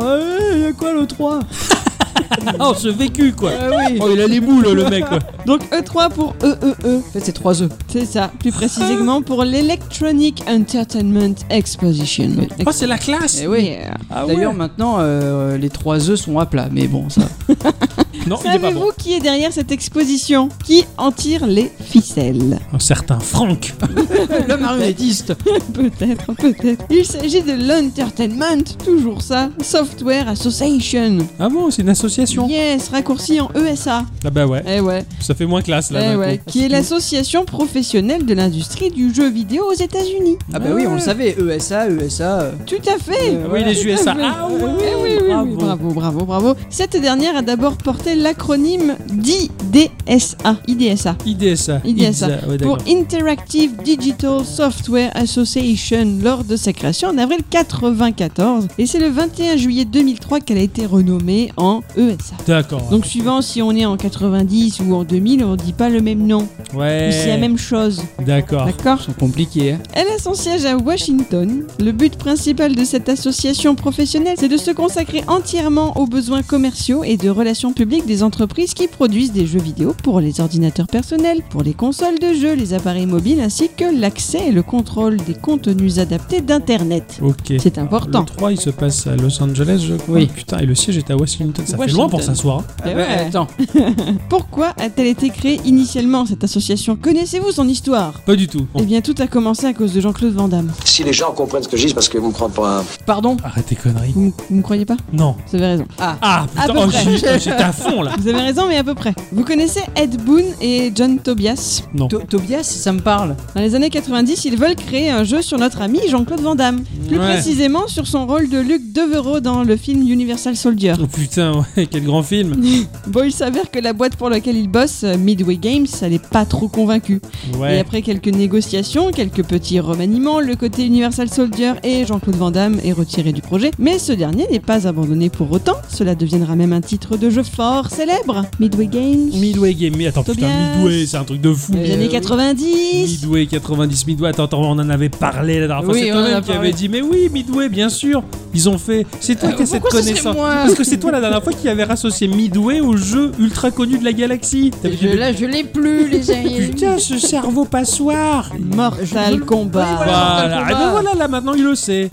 S2: Eh, y a quoi le 3
S1: Oh, ce vécu quoi
S2: Ah oui
S1: *laughs* Oh, il a les boules le mec quoi
S3: Donc E3 pour EEE,
S2: En fait, c'est 3 œufs.
S3: c'est ça, plus précisément pour l'Electronic Entertainment Exposition.
S1: *laughs* Oh, c'est la classe
S2: Eh oui
S3: Yeah.
S1: Ah ouais. *laughs*
S2: D'ailleurs, maintenant, euh, les 3 œufs sont à plat. Mais bon, ça.
S1: Non, il est pas bon.
S3: Savez-vous qui est derrière cette exposition Qui en tire les ficelles
S1: Un certain Franck.
S2: Le marionnettiste.
S3: Peut-être, peut-être. Il s'agit de l'Entertainment, toujours ça, Software Association.
S1: Ah bon, c'est une association.
S3: Yes, raccourci en E ESA.
S1: Ah bah ouais,
S3: Eh ouais,
S1: ça fait moins classe là.
S3: eh
S1: d'un
S3: ouais.
S1: coup.
S3: Qui est l'association professionnelle de l'industrie du jeu vidéo aux États-Unis.
S2: Ah bah oui, on le savait. ESA, ESA. euh.
S3: Tout à fait
S1: Ah oui, les
S3: Tout à
S1: USA.
S3: fait.
S1: Ah ouais,
S3: Eh oui, oui, oui,
S1: bravo.
S3: bravo. bravo, bravo, Cette dernière a d'abord porté l'acronyme DIDSA. IDSA.
S1: IDSA.
S3: IDSA,
S1: ouais, d'accord.
S3: pour Interactive Digital Software Association lors de sa création en avril 94 et c'est le 21 juillet 2003 qu'elle a été renommée en ESA.
S1: D'accord.
S3: Donc suivant si on est en 90 ou en 2000, on dit pas le même nom,
S1: ouais.
S3: mais c'est la même chose.
S1: D'accord.
S3: D'accord
S2: C'est compliqué. hein.
S3: Elle a son siège à Washington. Le but principal de cette association professionnelle, c'est de se consacrer entièrement aux besoins commerciaux et de relations publiques des entreprises qui produisent des jeux vidéo pour les ordinateurs personnels, pour les consoles de jeux, les appareils mobiles ainsi que l'accès et le contrôle des contenus adaptés d'Internet.
S1: Ok.
S3: C'est
S1: Le
S3: important.
S1: 3, il se passe à Los Angeles, je crois.
S2: Oui.
S1: Putain, et le siège est à Washington. Ça fait loin pour
S3: Washington.
S1: s'asseoir. hein.
S3: Eh
S2: Ah bah,
S3: ouais.
S2: Attends.
S3: Pourquoi a-t-elle été créée initialement cette association Connaissez-vous son histoire
S1: Pas du tout. Bon,
S3: Eh bien, tout a commencé à cause de Jean-Claude Van Damme.
S8: Si les gens comprennent ce que je dis, c'est parce que vous me prenez pas hein. un...
S2: Pardon.
S1: Arrête tes conneries.
S3: Vous, vous me croyez pas
S1: Non.
S3: Vous avez raison.
S1: Ah
S3: À
S1: putain,
S3: peu
S1: oh,
S3: près.
S1: j'ai- oh, j'étais à fond là.
S2: *laughs*
S3: Vous avez raison, mais à peu près. Vous connaissez Ed Boon et John Tobias
S2: To- Tobias, ça me parle.
S3: Dans les années 90, ils veulent créer un jeu sur notre ami Jean-Claude Van Damme. Plus
S1: Ouais.
S3: précisément sur son rôle de Luc Devereaux dans le film Universal Soldier.
S1: Oh putain, ouais, quel grand film.
S3: Bon, il s'avère que la boîte pour laquelle il bosse, euh, Midway Games, elle n'est pas trop convaincue. Et
S1: Ouais.
S3: après quelques négociations, quelques petits remaniements, le côté Universal Soldier et Jean-Claude Van Damme est retiré du projet. Mais ce dernier n'est pas abandonné pour autant. Cela deviendra même un titre de jeu fort célèbre. Midway Games.
S1: Midway Game. Mais attends, putain,
S3: Tobias.
S1: Midway, c'est un truc de fou.
S3: Des
S2: Euh,
S3: années
S2: oui.
S3: 90.
S1: Midway 90, Midway, attends, attends, on en avait parlé la dernière fois,
S2: Oui,
S1: c'est
S2: on en a
S1: toi-même qui
S2: parlé. Euh,
S1: avait dit, mais oui, Midway, bien sûr, ils ont fait, c'est toi qui as cette
S2: Ah, pourquoi ce serait
S1: connaissance,
S2: moi
S1: parce que c'est toi la dernière fois qui avait rassocié Midway au jeu ultra connu de la galaxie, T'avais dit,
S2: Je- là, je l'ai plus, les
S1: mais
S2: amis.
S1: putain, ce cerveau passoire
S2: Je- je-
S3: Mortal Kombat.
S1: voilà,
S2: Mortal
S1: et
S2: Kombat.
S1: ben voilà, là maintenant il le sait.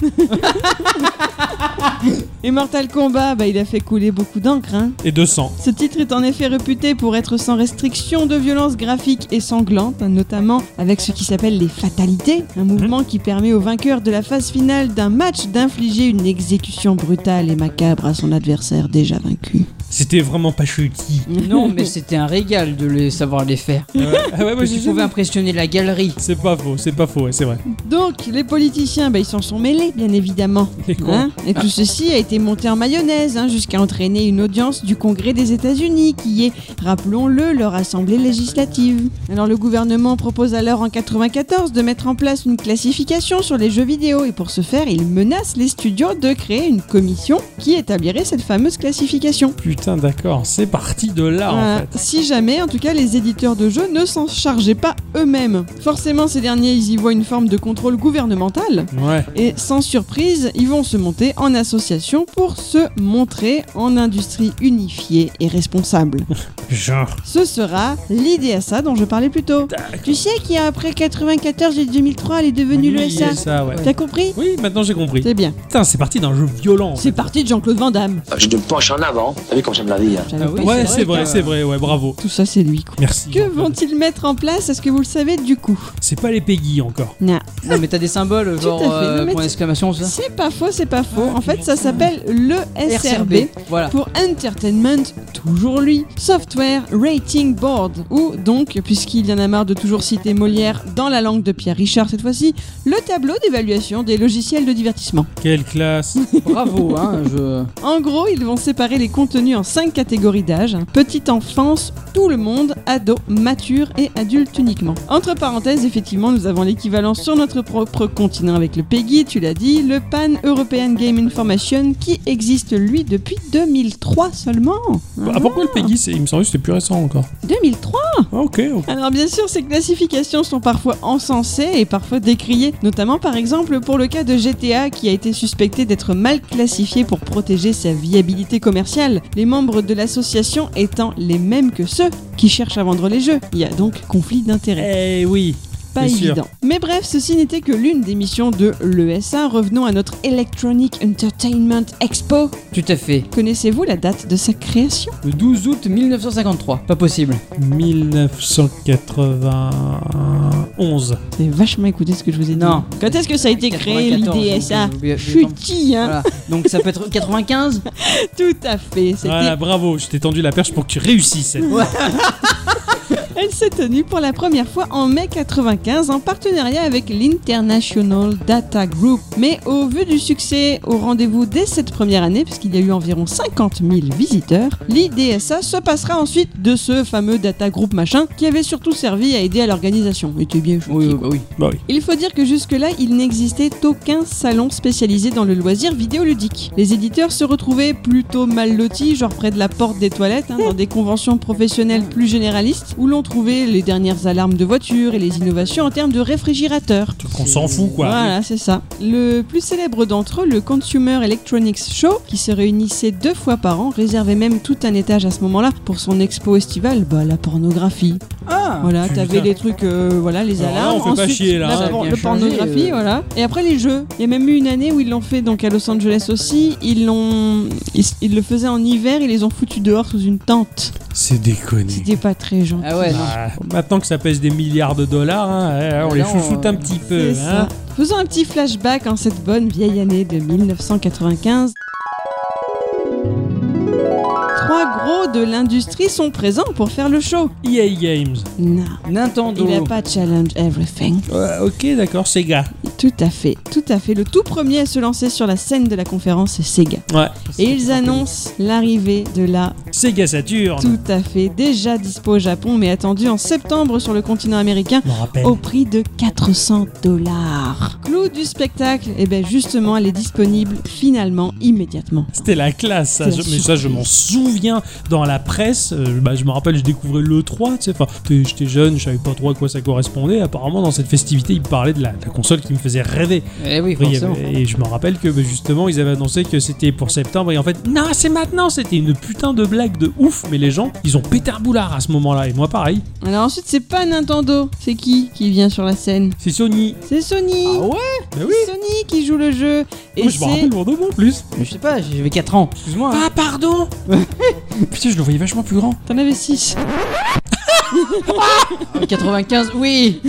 S3: Et Mortal Kombat, bah, il a fait couler beaucoup d'encre. hein.
S1: Et 200.
S3: Ce titre est en effet réputé pour être sans restriction de violence graphique et sanglante, hein, notamment avec ce qui s'appelle les fatalités, un mouvement qui permet au vainqueur de la phase finale d'un match d'infliger une exécution brutale et macabre à son adversaire déjà vaincu.
S1: C'était vraiment pas chuti.
S2: Non, mais c'était un régal de les savoir les faire.
S1: ah ouais, moi, j'ai-
S2: Tu pouvais impressionner la galerie.
S1: C'est pas faux, c'est pas faux, ouais, c'est vrai.
S3: Donc, les politiciens, bah, ils s'en sont mêlés, bien évidemment.
S1: Les cons.
S3: Hein et
S1: Ah.
S3: tout ceci a été monté en mayonnaise hein, jusqu'à entraîner une audience du Congrès des États-Unis, qui est, rappelons-le, leur assemblée législative. Alors le gouvernement propose alors en 94 de mettre en place une classification sur les jeux vidéo et pour ce faire, il menace les studios de créer une commission qui établirait cette fameuse classification.
S1: Putain, d'accord, c'est parti de là Ah, en
S3: Euh,
S1: fait.
S3: Si jamais, en tout cas, les éditeurs de jeux ne s'en chargeaient pas eux-mêmes. Forcément, ces derniers, ils y voient une forme de contrôle gouvernemental.
S1: Ouais,
S3: Et sans surprise, ils vont se monter en association pour se montrer en industrie unifiée et responsable.
S1: genre.
S3: Ce sera l'IDSA dont je parlais plus tôt. Tu sais qu'il y a après 94 et 2003, elle est devenue
S1: Oui,
S3: l'ESA.
S1: ça, ouais.
S3: T'as compris
S1: Oui, maintenant j'ai compris.
S3: C'est bien.
S1: Putain, c'est parti d'un jeu violent.
S3: C'est parti de Jean-Claude Van Damme.
S8: Je te penche en avant. T'as vu comme j'aime la vie, hein
S3: J'avais
S2: Ah oui,
S3: pas-
S1: Ouais,
S2: c'est
S1: c'est
S2: vrai
S1: vrai,
S2: que-
S1: c'est vrai, ouais, bravo.
S3: Tout ça, c'est lui. quoi.
S1: Merci.
S3: Que vont-ils mettre en place Est-ce que vous le savez du coup
S1: C'est pas les Peggy encore.
S3: Non.
S2: Non, mais t'as des symboles, genre
S3: à fait, non,
S2: euh,
S3: mais
S2: point
S3: tu-
S2: d'exclamation, tout ça.
S3: C'est pas faux, c'est pas faux. En fait, ça s'appelle le SRB.
S2: Voilà.
S3: pour Entertainment, toujours lui, Software Rating Board, ou donc, puisqu'il y en a marre de toujours citer Molière dans la langue de Pierre Richard cette fois-ci, le tableau d'évaluation des logiciels de divertissement.
S1: Quelle *laughs* classe.
S2: Bravo, hein. Je...
S3: En gros, ils vont séparer les contenus en cinq catégories d'âge hein. petite enfance, tout le monde, ado, mature et adulte uniquement. Entre parenthèses, effectivement, nous avons l'équivalent sur notre propre continent avec le PEGI, tu l'as dit, le Pan European Game Information qui existe lui depuis 2003 seulement.
S1: Ah, pourquoi le Peggy c'est- Il me semble que c'était plus récent encore.
S3: 2003
S1: Ah, ok. ok.
S3: Alors bien sûr, ces classifications sont parfois encensées et parfois décriées, notamment par exemple pour le cas de GTA qui a été suspecté d'être mal classifié pour protéger sa viabilité commerciale, les membres de l'association étant les mêmes que ceux qui cherchent à vendre les jeux. Il y a donc conflit d'intérêts.
S1: Eh oui.
S3: pas
S1: C'est sûr.
S3: évident. Mais bref, ceci n'était que l'une des missions de l'ESA. Revenons à notre Electronic Entertainment Expo.
S2: Tout à fait.
S3: Connaissez-vous la date de sa création
S2: Le 12 août 1953. Pas possible.
S1: 1991.
S3: Vous avez vachement écouté ce que je vous ai dit.
S2: Non.
S3: Quand est-ce que ça a été créé
S2: 94,
S3: l'IDSA
S2: j'ai oublié- j'ai oublié le temps.
S3: Chutis, hein
S2: euh, Voilà. Donc ça peut être 95
S3: *laughs* Tout à fait. C'était
S1: Voilà, Ah, bravo, je t'ai tendu la perche pour que tu réussisses.
S3: Elle s'est tenue pour la première fois en mai 95 en partenariat avec l'International Data Group. Mais au vu du succès au rendez-vous dès cette première année, puisqu'il y a eu environ 50 000 visiteurs, l'IDSA se passera ensuite de ce fameux Data Group machin qui avait surtout servi à aider à l'organisation. Il était bien
S2: Oui,
S3: gentil, quoi.
S2: oui, bah oui.
S1: Bah oui.
S3: Il faut dire que jusque-là, il n'existait aucun salon spécialisé dans le loisir vidéoludique. Les éditeurs se retrouvaient plutôt mal lotis, genre près de la porte des toilettes, hein, dans des conventions professionnelles plus généralistes, où l'on trouvait les dernières alarmes de voiture et les innovations en termes de réfrigérateurs.
S1: Truc qu'on s'en fout, quoi.
S3: Voilà, c'est ça. Le plus célèbre d'entre eux, le Consumer Electronics Show, qui se réunissait deux fois par an, réservait même tout un étage à ce moment-là pour son expo estivale, bah la pornographie.
S1: Hein.
S2: Ah
S3: Voilà,
S1: putain.
S3: t'avais les trucs, euh, voilà, les
S1: Alors là,
S3: alarmes.
S1: on fait pas
S3: Ensuite,
S1: chier, là,
S3: la
S1: hein.
S3: por-
S2: Bien
S3: le
S2: changé,
S3: pornographie,
S2: euh.
S3: voilà. Et après les jeux. Il y a même eu une année où ils l'ont fait donc à Los Angeles aussi. Ils l'ont, ils, ils le faisaient en hiver. Ils les ont foutus dehors sous une tente.
S1: C'est déconné.
S3: C'était pas très gentil.
S2: Ah ouais, non.
S1: Ah, maintenant que ça pèse des milliards de dollars, hein, eh, on
S2: Là,
S1: les
S2: on-
S1: chouchoute un petit peu.
S3: C'est
S1: hein.
S3: ça. Faisons un petit flashback en cette bonne vieille année de 1995. Trois gros de l'industrie sont présents pour faire le show.
S1: EA E Games.
S3: Non.
S2: Nintendo.
S3: Il n'a pas challenge everything.
S1: Ouais, ok, d'accord, Sega.
S3: Tout à fait, tout à fait. Le tout premier à se lancer sur la scène de la conférence, c'est Sega.
S1: Ouais.
S3: Et ils annoncent l'arrivée de la
S1: Sega Saturn.
S3: tout à fait déjà dispo au Japon, mais attendue en septembre sur le continent américain
S1: Je m'en rappelle.
S3: au prix de 400 dollars. Clou du spectacle, et bien justement, elle est disponible finalement immédiatement.
S1: C'était la classe, ça.
S3: C'était la
S1: Je- mais ça, je m'en souviens dans la presse. euh, bah, je me rappelle, je découvrais l'E3, tu sais. Enfin, t'es- j'étais jeune, je savais pas trop à quoi ça correspondait. Apparemment, dans cette festivité, ils parlaient de la, de la console qui me faisait rêver.
S2: Eh oui,
S1: Après, il y
S2: forcément.
S1: avait- et je me rappelle que bah, justement, ils avaient annoncé que c'était pour septembre. Et en fait, non, c'est maintenant. C'était une putain de blague de ouf. Mais les gens, ils ont pété un boulard à ce moment-là. Et moi, pareil.
S3: Alors ensuite, c'est pas Nintendo, c'est qui qui vient sur la scène
S1: C'est Sony.
S3: C'est Sony
S2: ouais
S1: Bah oui.
S3: Sony qui joue le jeu et
S1: Moi, je me
S3: c'est
S1: rappelle vraiment en plus.
S2: Mais Je sais pas, j'avais 4 ans. Excuse-moi. hein.
S1: Ah, pardon. Putain, je le voyais vachement plus grand.
S3: t'en avais
S1: *laughs*
S3: 6
S1: Ah,
S2: 95, oui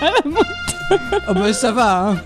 S2: Ah Ah bah ça va, hein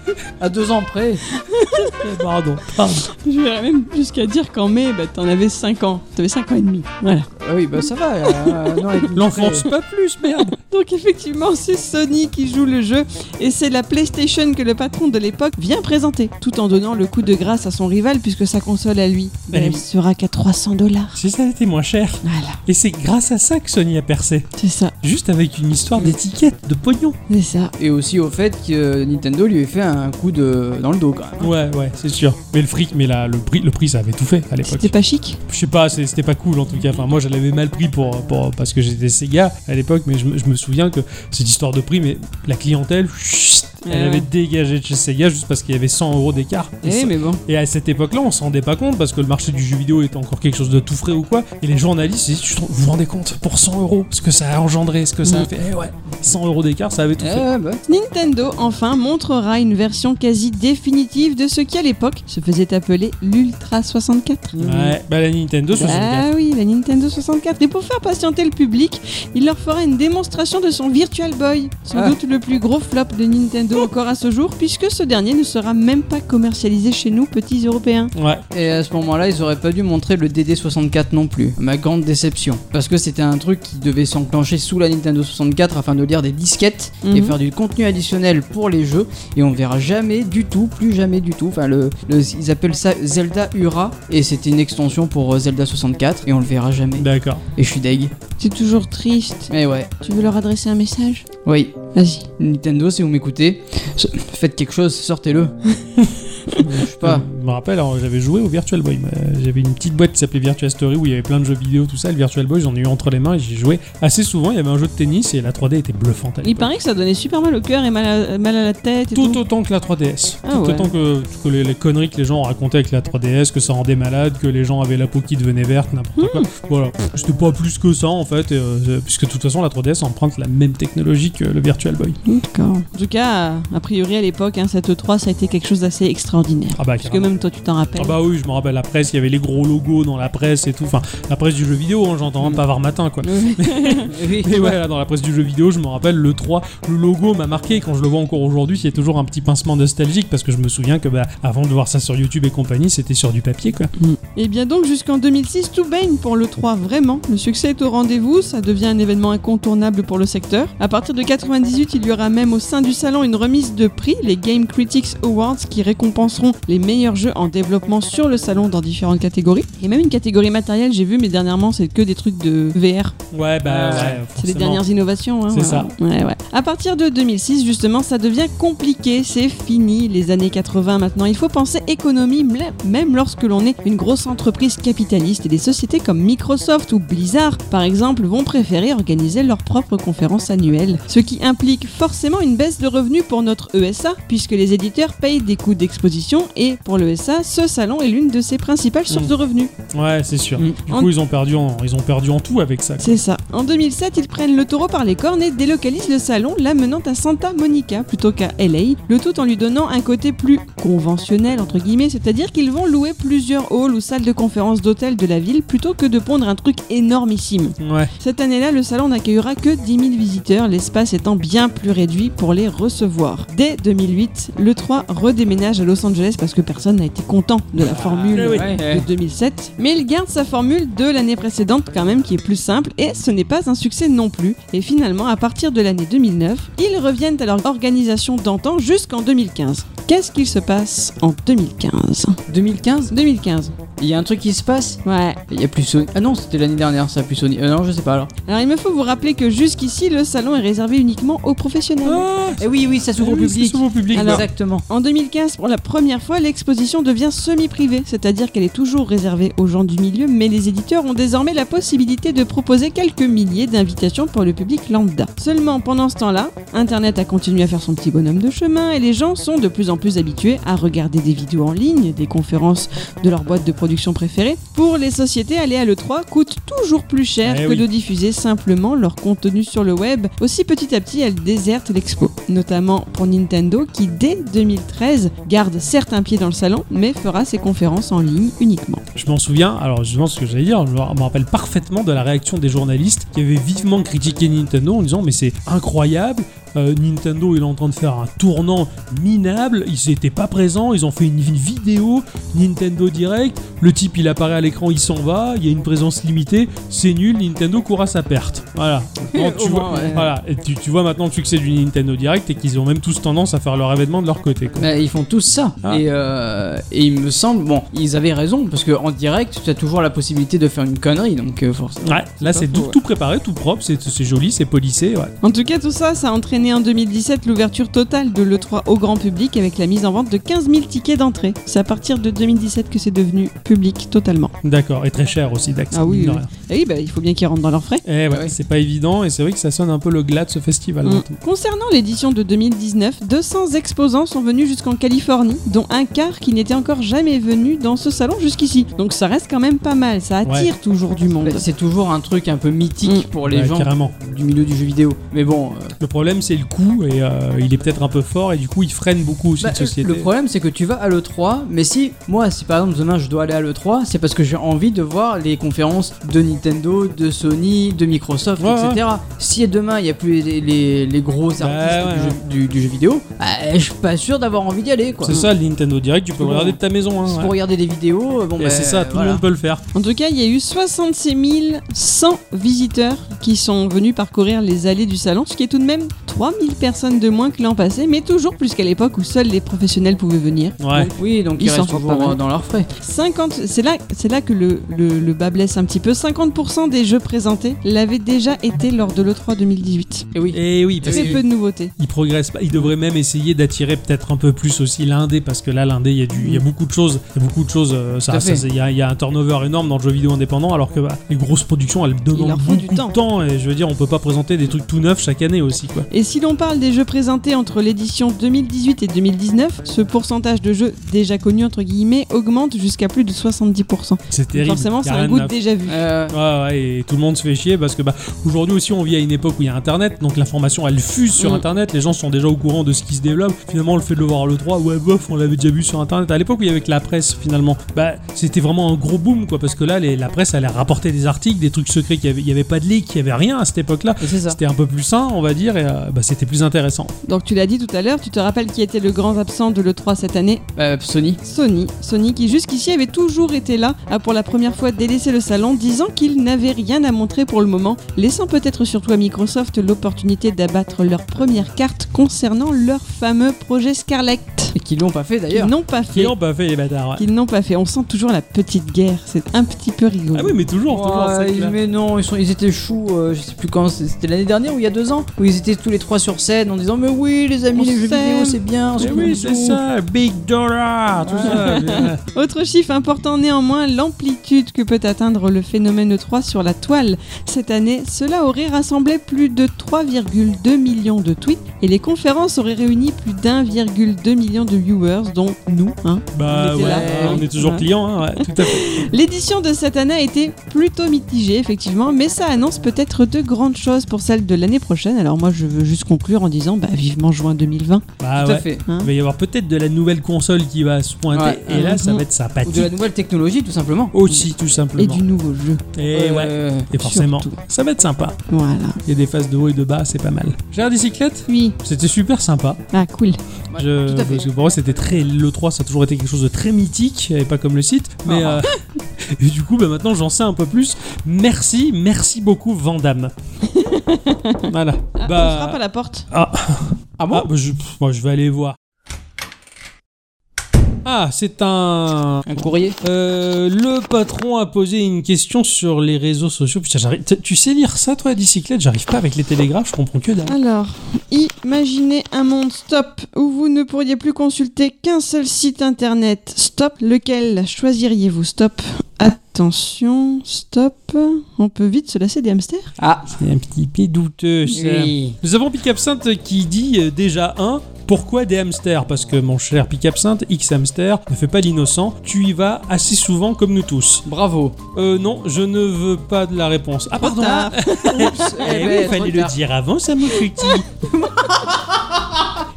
S2: À deux ans près.
S1: Eh, Pardon. Pardon.
S3: Je verrais même jusqu'à dire qu'en mai, bah, t'en avais 5 ans. T'avais 5 ans et demi. Voilà.
S2: Ah oui, bah ça va. euh, un an et demi
S1: L'enfance,
S2: près.
S1: pas plus, merde.
S3: Donc effectivement, c'est Sony qui joue le jeu et c'est la PlayStation que le patron de l'époque vient présenter, tout en donnant le coup de grâce à son rival puisque sa console à lui, ben,
S1: Elle-
S3: elle sera qu'à 300 dollars.
S1: Si ça avait été moins cher.
S3: Voilà,
S1: Et c'est grâce à ça que Sony a percé.
S3: c'est ça,
S1: Juste avec une histoire d'étiquette, de pognon.
S3: c'est ça.
S2: Et aussi au fait que Nintendo lui ait fait un coup de dans le dos quand même.
S1: Ouais, ouais, c'est sûr. Mais le fric, mais là, le prix, le prix, ça avait tout fait à l'époque.
S3: C'était pas chic
S1: Je sais pas, c'est- c'était pas cool en tout cas. Enfin, moi, je l'avais mal pris pour, pour- parce que j'étais Sega à l'époque, mais je, me- je me souviens que cette histoire de prix, mais la clientèle, chut,
S3: Ouais,
S1: elle
S3: ouais.
S1: avait dégagé de chez Sega juste parce qu'il y avait 100 euros d'écart. Et ça-
S3: Eh mais bon.
S1: Et à cette époque-là, on s'en rendait pas compte parce que le marché du jeu vidéo était encore quelque chose de tout frais ou quoi. Et les journalistes, ils disaient, vous vous rendez compte pour 100 euros ce que ça a engendré, ce que ça a fait. Eh ouais, 100 euros d'écart, ça avait tout
S2: Eh
S1: fait.
S2: ouais, bah.
S3: Nintendo enfin montrera une version quasi définitive de ce qui à l'époque se faisait appeler l'Ultra 64.
S1: Ouais, bah la Nintendo 64.
S3: Ah oui, la Nintendo 64. Et pour faire patienter le public, il leur fera une démonstration de son Virtual Boy, sans
S2: Ah.
S3: doute le plus gros flop de Nintendo encore à ce jour, puisque ce dernier ne sera même pas commercialisé chez nous, petits Européens.
S1: Ouais,
S2: Et à ce moment-là, ils auraient pas dû montrer le DD64 non plus. Ma grande déception. Parce que c'était un truc qui devait s'enclencher sous la Nintendo 64 afin de lire des disquettes et
S3: Mhm.
S2: faire du contenu additionnel pour les jeux. Et on verra jamais du tout, plus jamais du tout. Enfin, le, le- ils appellent ça Zelda Ura. Et c'était une extension pour euh, Zelda 64. Et on le verra jamais.
S1: d'accord.
S2: Et je suis deg.
S3: C'est toujours triste.
S2: Mais Bah. Eh ouais.
S3: Tu veux leur adresser un message
S2: Oui.
S3: Vas-y.
S2: Nintendo, si vous m'écoutez, so- faites quelque chose, sortez-le. Je sais pas.
S1: Euh, Je me rappelle, alors, j'avais joué au Virtual Boy. Euh, J'avais une petite boîte qui s'appelait Virtua Story où il y avait plein de jeux vidéo, tout ça. Le Virtual Boy, j'en ai eu entre les mains et j'y jouais assez souvent. Il y avait un jeu de tennis et la 3D était bluffante. à
S3: Il
S1: l'époque.
S3: paraît que ça donnait super mal au cœur et mal à, mal à la tête. Et tout.
S1: Tout autant que la 3DS.
S3: Ah
S1: tout
S3: ouais.
S1: autant que, que les, les conneries que les gens racontaient avec la 3DS, que ça rendait malade, que les gens avaient la peau qui devenait verte, n'importe
S3: Hmm.
S1: quoi. Voilà. Pff, C'était pas plus que ça en fait, et, euh, puisque de toute façon la 3DS emprunte la même technologie que le Virtual Boy.
S3: D'accord. En tout cas, a priori à l'époque, hein, cette 3 ça a été quelque chose d'assez extraordinaire.
S1: Ah bah,
S3: Parce que
S1: carrément.
S3: même toi, tu t'en rappelles.
S1: Ah bah oui, je me rappelle la presse, il y avait les gros logos dans la presse et tout. Enfin, la presse du jeu vidéo, hein, j'entends, hein,
S2: Mm.
S1: pas var matin quoi.
S2: Oui.
S1: Mais ouais, là, dans la presse du jeu vidéo, je me rappelle le 3, le logo m'a marqué. Quand je le vois encore aujourd'hui, c'est toujours un petit pincement nostalgique parce que je me souviens que bah, avant de voir ça sur YouTube et compagnie, c'était sur du papier quoi.
S3: Et Eh bien donc jusqu'en 2006, tout baigne pour le 3 vraiment. Le succès est au rendez-vous, ça devient un événement incontournable pour le secteur. À partir de 98, il y aura même au sein du salon une remise de prix, les Game Critics Awards, qui récompenseront les meilleurs jeux en développement sur le salon dans différentes catégories. Et même une catégorie matérielle, j'ai vu, mais dernièrement c'est que des trucs de VR.
S1: Ouais, bah
S2: Ah,
S1: ouais,
S3: C'est les
S1: forcément.
S3: dernières innovations. Hein,
S1: C'est
S3: voilà.
S1: ça.
S3: Ouais, ouais. À partir de 2006, justement, ça devient compliqué. C'est fini les années 80 maintenant. Il faut penser économie, mle- même lorsque l'on est une grosse entreprise capitaliste. Et des sociétés comme Microsoft ou Blizzard, par exemple, vont préférer organiser leurs propres conférences annuelles. Ce qui implique forcément une baisse de revenus pour notre ESA, puisque les éditeurs payent des coûts d'exposition. Et pour l'ESA, ce salon est l'une de ses principales sources
S1: Mm.
S3: de revenus.
S1: Ouais, c'est sûr.
S2: Mm.
S1: Du coup, ils ont perdu en, ils ont perdu en tout avec ça. quoi.
S3: C'est ça. En 2007, ils prennent le taureau par les cornes et délocalisent le salon, l'amenant à Santa Monica plutôt qu'à LA, le tout en lui donnant un côté plus conventionnel, entre guillemets, c'est-à-dire qu'ils vont louer plusieurs halls ou salles de conférences d'hôtel de la ville plutôt que de pondre un truc énormissime.
S1: Ouais.
S3: Cette année-là, le salon n'accueillera que 10 000 visiteurs, l'espace étant bien plus réduit pour les recevoir. Dès 2008, le 3 redéménage à Los Angeles parce que personne n'a été content de la formule
S2: oui.
S3: de 2007. Mais il garde sa formule de l'année précédente quand même qui est plus simple et ce n'est pas un succès non plus. Et finalement, à partir de l'année 2009, ils reviennent à leur organisation d'antan jusqu'en 2015. Qu'est-ce qu'il se passe en 2015
S2: 2015
S3: 2015,
S2: Il y a un truc qui se passe
S3: ouais.
S2: Il y a plus Sony. Ah non, c'était l'année dernière, ça, plus Sony. Euh, non, je sais pas alors.
S3: Alors il me faut vous rappeler que jusqu'ici, le salon est réservé uniquement aux professionnels.
S2: Eh oui, oui, ça s'ouvre au
S1: Ah, Oui, c'est
S2: public.
S1: souvent au public.
S3: Alors-
S2: Exactement.
S3: En 2015, pour la première fois, l'exposition devient semi-privée, c'est-à-dire qu'elle est toujours réservée aux gens du milieu, mais les éditeurs ont désormais la possibilité de proposer quelques milliers d'invitations pour le public lambda. Seulement, pendant ce temps-là, Internet a continué à faire son petit bonhomme de chemin et les gens sont de plus en plus habitués à regarder des vidéos en ligne, des conférences de leur boîte de production préférée. Pour les sociétés, aller à l'E3 coûte toujours plus cher
S1: Eh
S3: que
S1: oui.
S3: de diffuser simplement leur contenu sur le web. Aussi petit à petit, elles désertent l'expo. Notamment pour Nintendo qui, dès 2013, garde certes un pied dans le salon, mais fera ses conférences en ligne uniquement.
S1: Je m'en souviens, alors justement ce que j'allais dire, je me rappelle parfaitement de la réaction des journalistes qui avaient vivement critiqué Nintendo en disant mais c'est incroyable, euh, Nintendo il est en train de faire un tournant minable, ils n'étaient pas présents, ils ont fait une vi- vidéo, Nintendo Direct, le type il apparaît à l'écran, il s'en va, il y a une présence limitée, c'est nul, Nintendo court à sa perte. Voilà. Maintenant,
S2: *laughs* Au
S1: tu, vois,
S2: moins, ouais.
S1: voilà. Et tu, tu vois maintenant le succès du Nintendo Direct et qu'ils ont même tous tendance à faire leur événement de leur côté. quoi.
S2: Bah, ils font tous ça.
S1: Ah.
S2: Et, euh, et il me semble, bon, ils avaient raison, parce que en direct, tu as toujours la possibilité de faire une connerie, donc euh, forcément.
S1: Ouais, là
S2: pas
S1: c'est
S2: faux,
S1: tout,
S2: ouais.
S1: tout préparé, tout propre, c'est c'est joli, c'est polissé. Ouais.
S3: En tout cas, tout ça, ça a entraîné en 2017 l'ouverture totale de l'E3 au grand public avec la mise en vente de 15 000 tickets d'entrée. C'est à partir de 2017 que c'est devenu public totalement.
S1: D'accord, et très cher aussi d'accès.
S3: Ah oui,
S1: mine de
S3: oui.
S1: rien.
S3: Et oui, bah, il faut bien qu'ils rentrent dans leurs frais.
S1: Eh ouais,
S2: Ah oui.
S1: c'est pas évident, et c'est vrai que ça sonne un peu le glas de ce festival. hein,
S3: Mm.
S1: maintenant.
S3: Concernant l'édition de 2019, 200 exposants sont venus jusqu'en Californie, dont un quart qui n'était encore jamais venu dans ce salon jusqu'ici. Donc ça reste quand même pas mal, ça attire toujours du monde.
S2: Bah, C'est toujours un truc un peu mythique pour les
S1: Mm. Ouais,
S2: gens
S1: Carrément.
S2: du milieu du jeu vidéo. Mais bon, euh,
S1: Le problème, c'est le coût, et euh, il est peut-être un peu fort, et du coup, il freine beaucoup aussi
S2: bah,
S1: de société.
S2: le problème c'est que tu vas à l'E3, mais si moi, si par exemple demain je dois aller à l'E3, c'est parce que j'ai envie de voir les conférences de Nintendo, de Sony, de Microsoft,
S1: Ouais,
S2: etc. Si demain il n'y a plus les, les- les gros
S1: Bah,
S2: artistes
S1: ouais,
S2: du, jeu, du- du jeu vidéo, bah, je suis pas sûr d'avoir envie d'y aller quoi.
S1: C'est ça, le Nintendo Direct, tu peux
S2: Bon.
S1: regarder de ta maison. hein,
S2: C'est
S1: ouais.
S2: pour regarder des vidéos, euh, bon
S1: Et
S2: bah,
S1: c'est ça, tout
S2: voilà.
S1: le monde peut le faire.
S3: En tout cas, il y a eu 66 100 visiteurs qui sont venus parcourir les allées du salon, ce qui est tout de même 3000 personnes de moins que l'an passé, mais toujours plus qu'à l'époque où seuls les professionnels pouvaient venir.
S1: Ouais.
S2: Oui, donc
S3: Ils
S2: ils,
S3: s'en
S2: restent
S3: foutent
S2: toujours
S1: hein.
S3: pas mal.
S2: euh, dans leurs frais.
S3: 50, c'est là, c'est là que le, le, le bas blesse un petit peu. 50% des jeux présentés l'avaient déjà été lors de l'E3 2018.
S2: Et oui.
S1: Et oui, parce
S3: Très
S1: que.
S3: peu de nouveautés.
S1: Il progresse pas. Il devrait même essayer d'attirer peut-être un peu plus aussi l'indé, parce que là, l'indé, il y, a
S3: Mm.
S1: du- il y a beaucoup de choses. Il y a beaucoup de choses. euh,
S2: Tout
S1: Ça,
S2: à
S1: ça-
S2: fait.
S1: c'est- il, y a, il y a un turnover énorme dans le jeu vidéo indépendant, alors que bah, les grosses productions, elles
S3: Il leur
S1: demandent
S3: faut du
S1: beaucoup de
S3: temps.
S1: temps. Et je veux dire, on peut pas présenter des trucs tout neufs chaque année aussi, quoi.
S3: Et si l'on parle des jeux présentés entre l'édition 2018 et 2019, ce pourcentage de jeux déjà connus entre guillemets augmente jusqu'à plus de 70%.
S1: C'est terrible.
S3: Forcément,
S1: Il y
S3: c'est
S1: a
S3: un
S1: rien
S3: goût
S1: à
S3: de déjà vu.
S2: Euh,
S1: Ouais, ouais, et tout le monde se fait chier parce que bah, aujourd'hui aussi on vit à une époque où il y a internet, donc l'information elle fuse sur
S2: Mm.
S1: internet, les gens sont déjà au courant de ce qui se développe. Finalement, le fait de le voir à l'E3, ouais, bof, on l'avait déjà vu sur internet. À l'époque où il y avait que la presse, finalement, bah c'était vraiment un gros boom quoi, parce que là les- la presse elle a rapporté des articles, des trucs secrets, qu'il y avait- il y avait, pas de leak, il y avait rien à cette époque là.
S2: et c'est ça.
S1: C'était un peu plus sain, on va dire, et euh, bah, c'était plus intéressant.
S3: Donc tu l'as dit tout à l'heure, tu te rappelles qui était le grand absent de l'E3 cette année
S2: Euh, Sony.
S3: Sony. Sony qui jusqu'ici avait toujours été là, a pour la première fois délaissé le salon, disant qu'il n'avait rien à montrer pour le moment, laissant peut-être surtout à Microsoft l'opportunité d'abattre leur première carte concernant leur fameux projet Scarlett.
S2: Et qui l'ont pas fait
S3: Ils
S2: d'ailleurs.
S3: n'ont pas
S1: Qui
S3: fait.
S1: n'ont pas bah, fait les bâtards ouais.
S3: Qu'ils n'ont pas fait. On sent toujours la petite guerre. C'est un petit peu rigolo.
S1: Ah oui, mais toujours, toujours.
S2: Ouais,
S1: c'est clair.
S2: mais non, ils, sont, ils étaient choux, euh, je sais plus quand, c'est- c'était l'année dernière ou il y a deux ans, où ils étaient tous les trois sur scène en disant Mais oui, les amis,
S3: On
S2: les jeux
S3: s'aime.
S2: vidéo, c'est bien, on se
S1: Mais Eh oui,
S2: retrouve
S1: c'est
S2: tous.
S1: ça, Big Dollar, tout ça. bien.
S3: Autre chiffre important néanmoins, l'amplitude que peut atteindre le phénomène 3 sur la toile. Cette année, cela aurait rassemblé plus de 3,2 millions de tweets et les conférences auraient réuni plus d'1,2 million de viewers, dont nous. hein.
S1: *laughs* Bah
S3: On était
S1: ouais,
S3: là.
S1: on est toujours
S3: Ouais.
S1: client, hein, ouais, tout à fait.
S3: L'édition de cette année a été plutôt mitigée, effectivement, mais ça annonce peut-être de grandes choses pour celle de l'année prochaine. Alors moi, je veux juste conclure en disant, bah, vivement juin 2020.
S1: Bah
S2: Tout à
S1: ouais.
S2: fait.
S1: Il va y avoir peut-être de la nouvelle console qui va se pointer,
S2: Ouais,
S1: et là ça
S3: mhm.
S1: va être
S2: Ou de la
S1: sympathique.
S2: nouvelle technologie, tout simplement.
S1: Ah, Aussi, tout
S3: Et
S1: simplement.
S3: du nouveau jeu.
S1: Et Eh ouais.
S2: Euh,
S1: Et forcément, ça va être sympa.
S3: Voilà.
S1: Il y a des phases de haut et de bas, c'est pas mal. Gérard Bicyclette,
S3: Oui,
S1: c'était super sympa.
S3: ah cool.
S2: ouais,
S1: Je-
S2: tout à fait.
S1: parce que pour moi, c'était très. L'E3, ça a toujours été quelque chose de très mythique, et pas comme le site. Mais.
S2: Ah.
S1: euh, *laughs* et du coup, bah, maintenant, j'en sais un peu plus. Merci, merci beaucoup,
S2: *laughs*
S1: Vandame. voilà.
S3: Ah,
S1: bah.
S3: On frappe à la porte.
S1: Ah bon je, pff, moi, je vais aller voir. Ah, c'est un...
S2: Un courrier.
S1: Euh, le patron a posé une question sur les réseaux sociaux. Putain, j'arrive... Tu- Tu sais lire ça, toi, bicyclette J'arrive pas avec les télégraphes, je comprends que dalle.
S3: Alors, imaginez un monde stop où vous ne pourriez plus consulter qu'un seul site internet. Stop, lequel choisiriez-vous Stop. Attention, stop. On peut vite se lasser des hamsters
S2: Ah,
S1: C'est un petit peu douteux, ça.
S2: oui.
S1: Nous avons Pic Absinthe qui dit euh, déjà un pourquoi des hamsters Parce que mon cher Pic Absinthe, X hamster, ne fais pas l'innocent, tu y vas assez souvent comme nous tous.
S2: Bravo.
S1: Euh non, je ne veux pas de la réponse. Ah pardon
S3: Ah,
S2: Oups,
S1: Eh oui,
S2: eh ben,
S1: il fallait
S2: trop
S1: le
S2: tard.
S1: dire avant, ça me
S2: *laughs*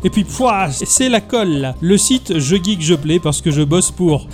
S1: Et puis, pouah, c'est la colle. Le site Je Geek, Je Play parce que je bosse pour.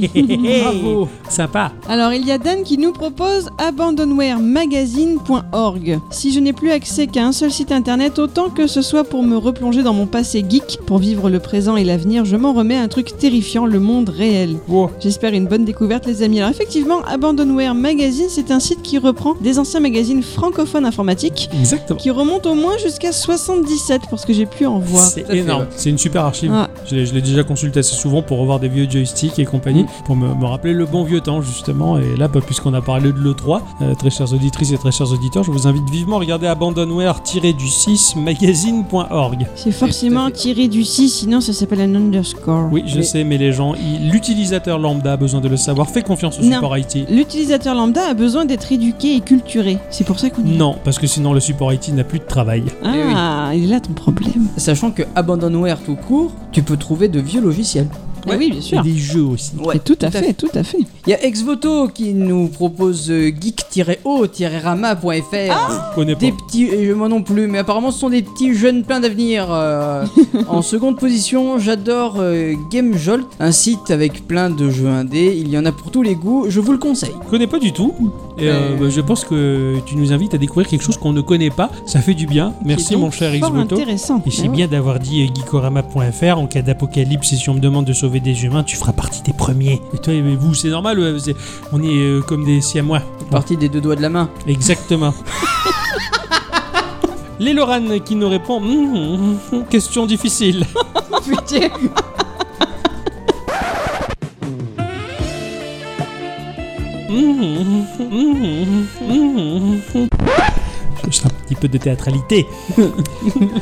S2: *laughs* Bravo.
S1: Sympa.
S3: Alors, il y a Dan qui nous propose abandonwaremagazine.org. Si je n'ai plus accès qu'à un seul site internet, autant que ce soit pour me replonger dans mon passé geek, pour vivre le présent et l'avenir, je m'en remets à un truc terrifiant, le monde réel.
S1: Wow.
S3: J'espère une bonne découverte, les amis. Alors, effectivement, Abandonware Magazine, c'est un site qui reprend des anciens magazines francophones informatiques
S1: Exactement.
S3: qui remontent au moins jusqu'à 77 parce que j'ai pu en voir.
S1: C'est
S2: Tout à fait,
S1: énorme.
S2: ouais.
S1: C'est une super archive.
S3: Ah.
S1: Je l'ai- je l'ai déjà consulté assez souvent pour revoir des vieux joysticks et compagnie,
S2: Mm.
S1: pour me, me rappeler le bon vieux temps, justement. Et là, bah, puisqu'on a parlé de l'E3, euh, très chères auditrices et très chers auditeurs, je vous invite vivement à regarder abandonware-du6 magazine.org.
S3: C'est
S2: tout
S3: forcément
S2: à fait.
S3: tiré du 6, sinon ça s'appelle un underscore.
S1: Oui, je
S2: Mais-
S1: sais, mais les gens, ils- l'utilisateur lambda a besoin de le savoir. Fais confiance au
S3: Non.
S1: support IT.
S3: L'utilisateur lambda a besoin d'être éduqué et culturé. C'est pour ça qu'on est là.
S1: Non, parce que sinon le support IT n'a plus de travail.
S2: Eh oui.
S3: Ah, il est là ton problème.
S2: Sachant que Abandonware tout court, tu peux trouver de vieux logiciels.
S3: Ah oui, bien sûr.
S1: Et des jeux aussi.
S3: Et tout, à fait, tout à fait.
S2: Il y a Exvoto qui nous propose euh, geek-o-rama.fr.
S1: Je connais pas.
S2: Des petits, et moi non plus, mais apparemment ce sont des petits jeunes pleins d'avenir.
S3: *laughs*
S2: euh. en seconde position, j'adore euh, GameJolt, un site avec plein de jeux indés. Il y en a pour tous les goûts, je vous le conseille.
S1: Je connais pas du tout. Et euh,
S2: Euh.
S1: bah, je pense que tu nous invites à découvrir quelque chose qu'on ne connaît pas. Ça fait du bien.
S3: Qui est
S1: Merci
S3: donc
S1: mon cher
S3: fort
S1: Xboto.
S3: intéressant.
S1: Et c'est
S3: Ah ouais. *laughs*
S1: bien d'avoir dit euh, geekorama.fr en cas d'apocalypse. Et si on me demande de sauver des humains, tu feras partie des premiers. Et toi, mais vous, c'est normal. ouais, c'est- on est euh, comme des siamois.
S2: Partie des deux doigts de la main.
S1: Exactement. Les Loran qui nous répond Hum, hum, hum, Question difficile.
S2: Putain
S1: Hum, hum, hum, hum, hum, hum. Juste un petit peu de théâtralité.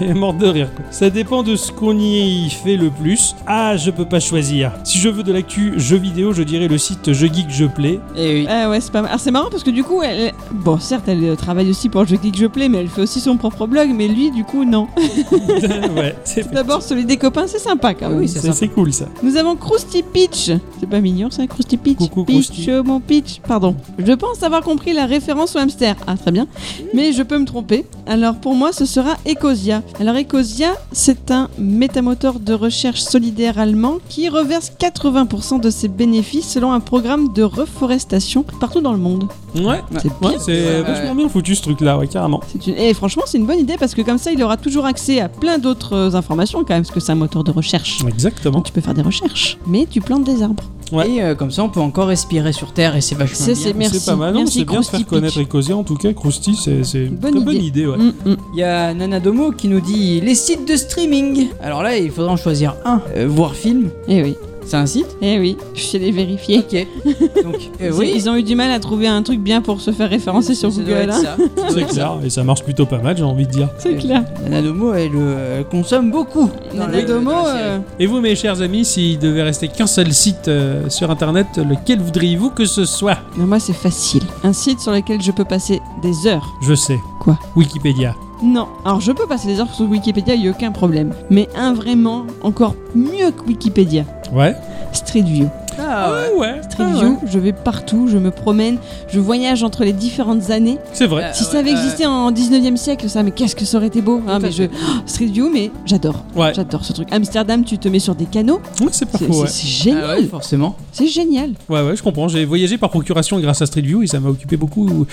S1: Elle est morte de rire. quoi. Ça dépend de ce qu'on y fait le plus. Ah, je peux pas choisir. Si je veux de l'actu jeux vidéo, je dirais le site Je Geek Je Play.
S2: Et oui.
S3: Ah ouais, c'est pas mal. Alors c'est marrant parce que du coup, elle. Bon, certes, elle euh, travaille aussi pour Je Clique, Je Play, mais elle fait aussi son propre blog, mais lui, du coup, non.
S1: ouais, c'est
S3: D'abord, celui des copains, c'est sympa quand même.
S2: Oui, c'est
S1: ça, c'est cool ça.
S3: Nous avons Krusty Peach. C'est pas mignon, ça, Krusty Peach.
S1: Coucou,
S3: Peach,
S1: Krusty.
S3: euh, mon Peach. Pardon. Je pense avoir compris la référence au hamster. Ah, très bien. Mais je peux me tromper. Alors, pour moi, ce sera Ecosia. Alors, Ecosia, c'est un métamoteur de recherche solidaire allemand qui reverse 80% de ses bénéfices selon un programme de reforestation partout dans le monde.
S1: Ouais,
S3: C'est bien.
S1: Ah, ouais, c'est
S2: Ouais,
S1: vachement
S2: ouais.
S1: bien foutu ce truc là, ouais, carrément.
S3: C'est une- Et franchement, c'est une bonne idée parce que comme ça, il aura toujours accès à plein d'autres euh, informations quand même, parce que c'est un moteur de recherche.
S1: Exactement.
S3: Donc tu peux faire des recherches, mais tu plantes des arbres.
S1: Ouais.
S2: Et euh, comme ça, on peut encore respirer sur Terre et c'est vachement
S3: C'est-
S2: bien.
S3: c'est- Merci.
S1: C'est pas mal, non,
S3: Merci,
S1: c'est bien de
S3: Krusty
S1: faire connaître Ecosia en tout cas. Krusty, c'est c'est une
S3: Bonne
S1: très bonne
S3: idée.
S1: idée, ouais.
S3: Mm, mm.
S2: Il y a Nanadomo qui nous dit les sites de streaming. Alors là, il faudra en choisir un. Euh, voir film,
S3: Eh oui,
S2: c'est un site
S3: eh oui, je suis allée vérifier. *laughs*
S2: Ok. Donc, euh,
S3: Ils-
S2: oui.
S3: Ils ont eu du mal à trouver un truc bien pour se faire référencer sur
S2: Ça doit
S3: Google.
S2: être
S3: hein.
S2: ça. Ça doit
S1: C'est
S2: être ça.
S1: clair, et ça marche plutôt pas mal, j'ai envie de dire.
S3: C'est clair.
S2: Nanadomo, elle, euh, elle consomme beaucoup. dans la-
S3: Nanadomo,
S2: dans la série.
S3: euh,
S1: Et vous, mes chers amis, s'il devait rester qu'un seul site euh, sur internet, lequel voudriez-vous que ce soit
S3: mais moi c'est facile. Un site sur lequel je peux passer des heures.
S1: Je sais.
S3: Quoi
S1: Wikipédia.
S3: Non, alors je peux passer des heures sur Wikipédia, il n'y a aucun problème. Mais un vraiment encore mieux que Wikipédia,
S1: Ouais.
S3: Street View.
S2: Ah ouais.
S1: ouais.
S3: Street View, je vais partout, je me promène, je voyage entre les différentes années.
S1: C'est
S2: Ah
S1: vrai.
S3: si ça avait existé en 19e siècle, ça, mais qu'est-ce que ça aurait été beau hein, mais je... Oh, Street View, mais j'adore.
S1: Ouais.
S3: J'adore ce truc. Amsterdam, tu te mets sur des canaux.
S1: Ouais, c'est pas
S3: C'est
S1: faux, ouais.
S3: c'est- c'est génial.
S2: Ah ouais, forcément.
S3: C'est génial.
S1: Ouais, ouais, je comprends. J'ai voyagé par procuration grâce à Street View et ça m'a occupé beaucoup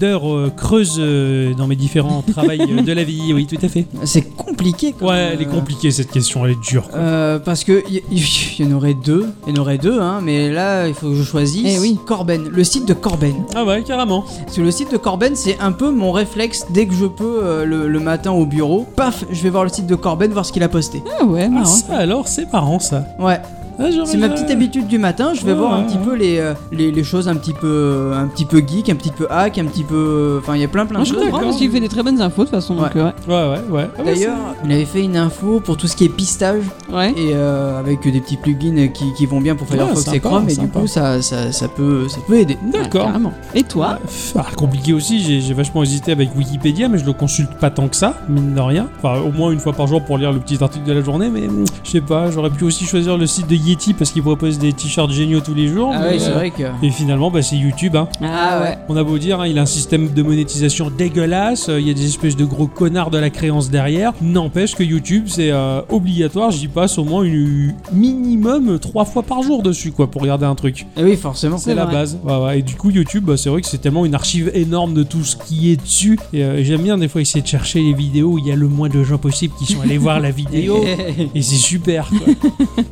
S1: d'heures euh, creuses euh, dans mes
S3: *laughs*
S1: différents travails euh, de la vie. Oui, tout à fait.
S2: C'est compliqué. Comme,
S1: Ouais, elle est
S2: euh,
S1: compliquée cette question, elle est dure. quoi.
S2: euh, parce que il y, y en aurait deux, il y en aurait deux, hein, mais là il faut que je choisisse.
S3: Eh oui.
S2: Corben, le site de Corben.
S1: Ah ouais, carrément.
S2: Sur le site de Corben, c'est un peu mon réflexe dès que je peux euh, le, le matin au bureau. Paf, je vais voir le site de Corben, voir ce qu'il a posté.
S3: Ah ouais,
S1: Ah,
S3: marrant.
S1: ça alors, c'est marrant ça.
S2: Ouais,
S1: Ah, j'aurais-
S2: c'est ma petite habitude du matin. Je vais
S1: Ouais,
S2: voir un
S1: ouais,
S2: petit
S1: ouais.
S2: peu les, euh, les, les choses un petit peu un petit peu geek, un petit peu hack, un petit peu. Enfin, il y a plein plein
S3: Moi,
S2: de
S3: je
S2: choses. hein.
S3: comprends parce qu'il fait des très bonnes infos de toute façon. donc, ouais.
S1: hein. Ouais, ouais, ouais. Ah ouais,
S2: D'ailleurs, il avait fait une info pour tout ce qui est pistage
S3: Ouais.
S2: et euh, avec des petits plugins qui, qui vont bien pour Firefox
S1: Ah,
S2: et
S1: sympa,
S2: Chrome et du
S1: sympa.
S2: coup ça, ça, ça peut ça peut aider.
S1: c'est- D'accord.
S3: Ouais, carrément. Et toi
S1: Ah, compliqué aussi, j'ai- j'ai vachement hésité avec Wikipédia, mais je le consulte pas tant que ça, mine de rien. Enfin, au moins une fois par jour pour lire le petit article de la journée, mais mm, je sais pas, j'aurais pu aussi choisir le site de Yeti parce qu'il propose des t-shirts géniaux tous les jours.
S2: Ah
S1: mais,
S2: oui, c'est
S1: euh,
S2: vrai que.
S1: Et finalement, bah, c'est YouTube. Hein.
S2: Ah ouais.
S1: On a beau dire, hein, il a un système de monétisation dégueulasse, euh, il y a des espèces de gros connards de la créance derrière. N'empêche que YouTube, c'est euh, obligatoire, j'y passe au moins une, minimum trois fois par jour dessus, quoi, pour regarder un truc.
S2: Eh oui, forcément.
S1: C'est la
S3: vrai.
S1: base. Ouais, ouais. Et du coup, YouTube, bah, c'est vrai que c'est tellement une archive énorme de tout ce qui est dessus. Et euh, j'aime bien des fois essayer de chercher les vidéos où il y a le moins de gens possible qui sont allés voir la
S2: *laughs*
S1: vidéo.
S2: Ah
S1: Et c'est super. Quoi.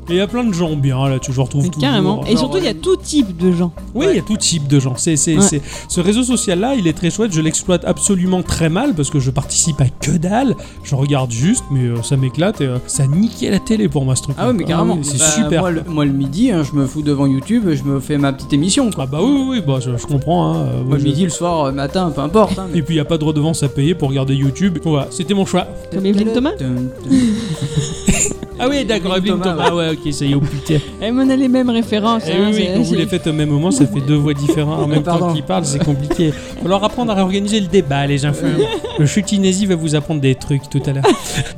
S1: Et il y a plein de gens bien là, tu je retrouve
S3: Mais
S1: toujours.
S3: Carrément. Et
S1: Genre,
S3: surtout, il y a tout type de gens.
S1: oui, il y a tout type de gens. C'est, c'est,
S3: Ouais.
S1: c'est- Ce réseau social-là, il est très chouette. Je l'exploite absolument très mal parce que je participe à que dalle. Je regarde juste, mais euh, ça m'éclate. Et, euh, ça niquait la télé pour moi, ce truc.
S2: Ah ouais, mais carrément.
S1: c'est
S2: Bah,
S1: super.
S2: Moi le, moi, le midi, hein, je me fous devant YouTube, je me fais ma petite émission. Quoi.
S1: Ah bah oui, oui, oui, bah, je, je comprends. hein. Euh,
S2: Moi,
S1: je-
S2: le midi, le soir, euh, matin, peu importe. *laughs* hein, mais-
S1: Et puis il a pas de redevance à payer pour regarder YouTube. Voilà, c'était mon choix.
S3: Comme Evelyne Thomas
S2: Dun, *laughs* dun.
S1: Ah oui, d'accord,
S2: Evelyne
S1: Evelyne
S2: Thomas,
S1: Thomas. ouais, ok, ça y est, oh putain.
S3: Eh, mais on a les mêmes références.
S1: Eh
S3: hein,
S1: oui, oui,
S3: c'est-
S1: quand vous
S3: c'est-
S1: les faites au même moment, ça fait deux voix différentes en même
S2: Pardon.
S1: temps qu'ils parlent, c'est compliqué. Faut leur apprendre à réorganiser le débat, les influents. Le chutinazi va vous apprendre des trucs tout à l'heure.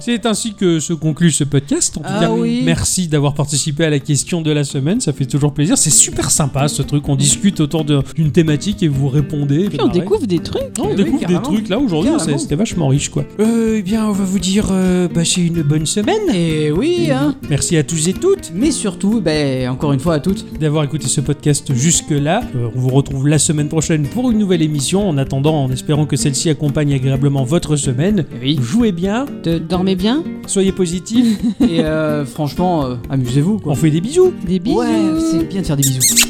S1: C'est ainsi que se conclut ce podcast. En tout
S2: Ah
S1: cas,
S2: oui.
S1: merci d'avoir participé à la question de la semaine, ça fait toujours plaisir. C'est super sympa ce truc, on discute autour de- d'une thématique et vous répondez. Bah
S3: Puis
S1: C'est
S3: on
S1: pareil.
S3: découvre des trucs.
S1: Non, on
S2: Eh oui,
S1: découvre des
S2: carrément.
S1: trucs là aujourd'hui, c'est-
S2: Carrément.
S1: c'était vachement riche quoi. Euh, eh bien, on va vous dire, euh, bah, c'est une bonne semaine.
S2: Et oui, hein.
S1: Merci à tous et toutes
S2: Mais surtout, ben, encore une fois à toutes.
S1: d'avoir écouté ce podcast jusque-là. Euh, on vous retrouve la semaine prochaine pour une nouvelle émission. En attendant, en espérant que celle-ci accompagne agréablement votre semaine.
S2: Eh oui.
S1: Jouez bien,
S3: Dormez bien.
S1: soyez *laughs* positifs,
S2: Et euh, franchement, euh, amusez-vous. quoi.
S1: on fait des bisous.
S3: Des bisous.
S2: Ouais, c'est bien de faire des bisous.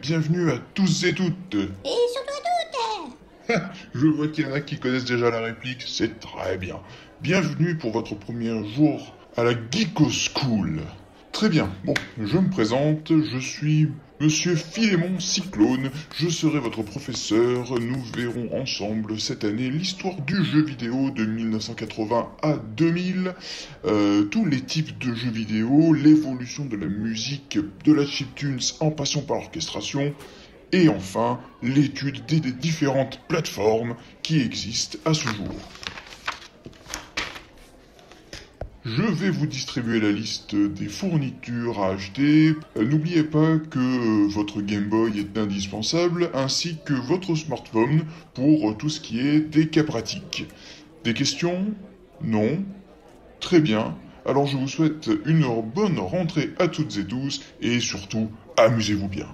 S9: bienvenue à tous et toutes. Et surtout à toutes. Je vois qu'il y en a qui connaissent déjà la réplique, c'est très bien. Bienvenue pour votre premier jour à la Geeko School. Très bien, bon, je me présente, je suis Monsieur Philémon Cyclone, je serai votre professeur, nous verrons ensemble cette année l'histoire du jeu vidéo de 1980 à 2000, euh, tous les types de jeux vidéo, l'évolution de la musique, de la chiptunes en passant par l'orchestration, et enfin l'étude des, des différentes plateformes qui existent à ce jour. Je vais vous distribuer la liste des fournitures à acheter. Euh, N'oubliez pas que euh, votre Game Boy est indispensable, ainsi que votre smartphone pour euh, tout ce qui est des cas pratiques. Des questions Non Très bien. Alors je vous souhaite une bonne rentrée à toutes et tous, et surtout, amusez-vous bien.